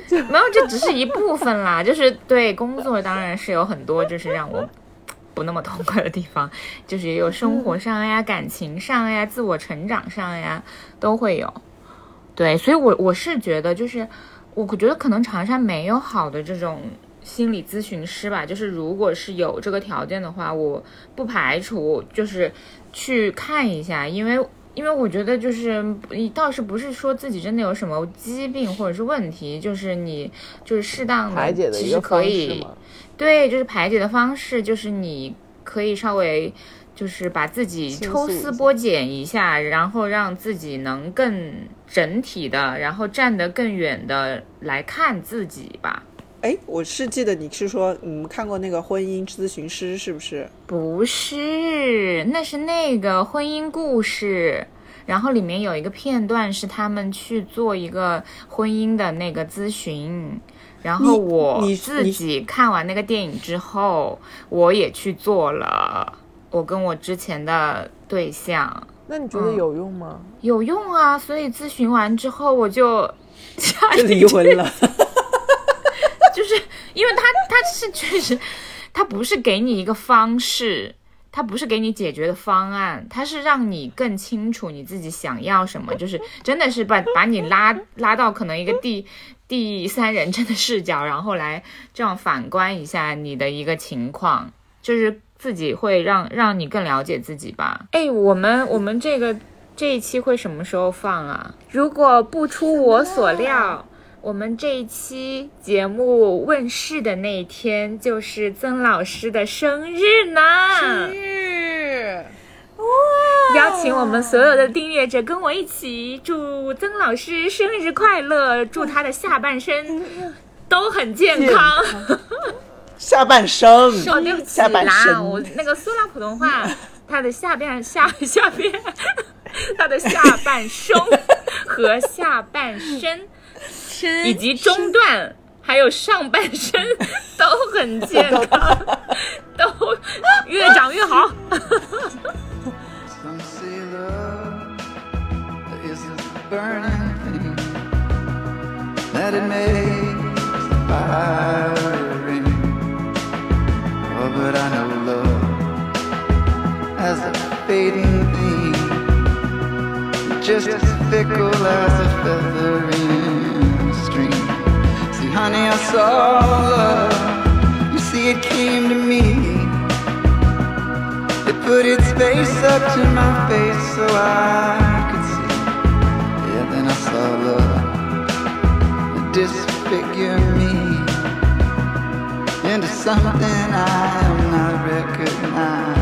Speaker 5: 没有，这只是一部分啦，就是对工作当然是有很多就是让我不那么痛快的地方，就是也有生活上呀、感情上呀、自我成长上呀都会有。对，所以我我是觉得就是，我觉得可能长沙没有好的这种。心理咨询师吧，就是如果是有这个条件的话，我不排除就是去看一下，因为因为我觉得就是你倒是不是说自己真的有什么疾病或者是问题，就是你就是适当
Speaker 1: 排解
Speaker 5: 的，
Speaker 1: 的
Speaker 5: 其
Speaker 1: 一
Speaker 5: 实
Speaker 1: 个方
Speaker 5: 可
Speaker 1: 式
Speaker 5: 以
Speaker 1: 嘛，
Speaker 5: 对，就是排解的方式，就是你可以稍微就是把自己
Speaker 1: 倾
Speaker 5: 抽
Speaker 1: 诉一
Speaker 5: 丝
Speaker 1: 下
Speaker 5: 剥茧一下，然后让自己能更整体的，然后站得更远的来看自己吧。
Speaker 4: 哎，我是记得你是说你们看过那个婚姻咨询师是不是？
Speaker 5: 不是，那是那个婚姻故事。然后里面有一个片段是他们去做一个婚姻的那个咨询，然后
Speaker 4: 你
Speaker 5: 我
Speaker 4: 你
Speaker 5: 自
Speaker 4: 你
Speaker 5: 己看完那个电影之后，我也去做了。我跟我之前的对象
Speaker 1: 那你觉得
Speaker 5: 嗯
Speaker 1: 有用吗？
Speaker 5: 有用啊，所以咨询完之后我就 下
Speaker 4: 就
Speaker 5: 一
Speaker 4: 离婚了。
Speaker 5: 就是因为他他是确实，他不是给你一个方式，他不是给你解决的方案，他是让你更清楚你自己想要什么，就是真的是把把你拉拉到可能一个第第三人称的视角，然后来这样反观一下你的一个情况，就是自己会让让你更了解自己吧。哎，我们我们这个这一期会什么时候放啊？如果不出我所料，我们这一期节目问世的那一天就是曾老师的生日呢。
Speaker 2: 是
Speaker 5: 邀请我们所有的订阅者跟我一起祝曾老师生日快乐，祝他的下半生都很健
Speaker 6: 健
Speaker 5: 康。
Speaker 4: 下半生，
Speaker 5: 哦，对不起
Speaker 4: 下半
Speaker 5: 啦，
Speaker 4: 身
Speaker 5: 我那个苏拉普通话，它的下半下下边，它的下半身和下半身以
Speaker 2: 真
Speaker 5: 及中段。还有上半身 都很健康，都越长越好。
Speaker 7: Some say love is a burning thing that it makes the fire ring. Oh, but I know love as a fading thing, just as fickle as a feather in a stream. See, honey, I saw love. You see, it came to me. It put its face up to my face so I could see. Yeah, then I saw love that disfigure me into something I am not recognized.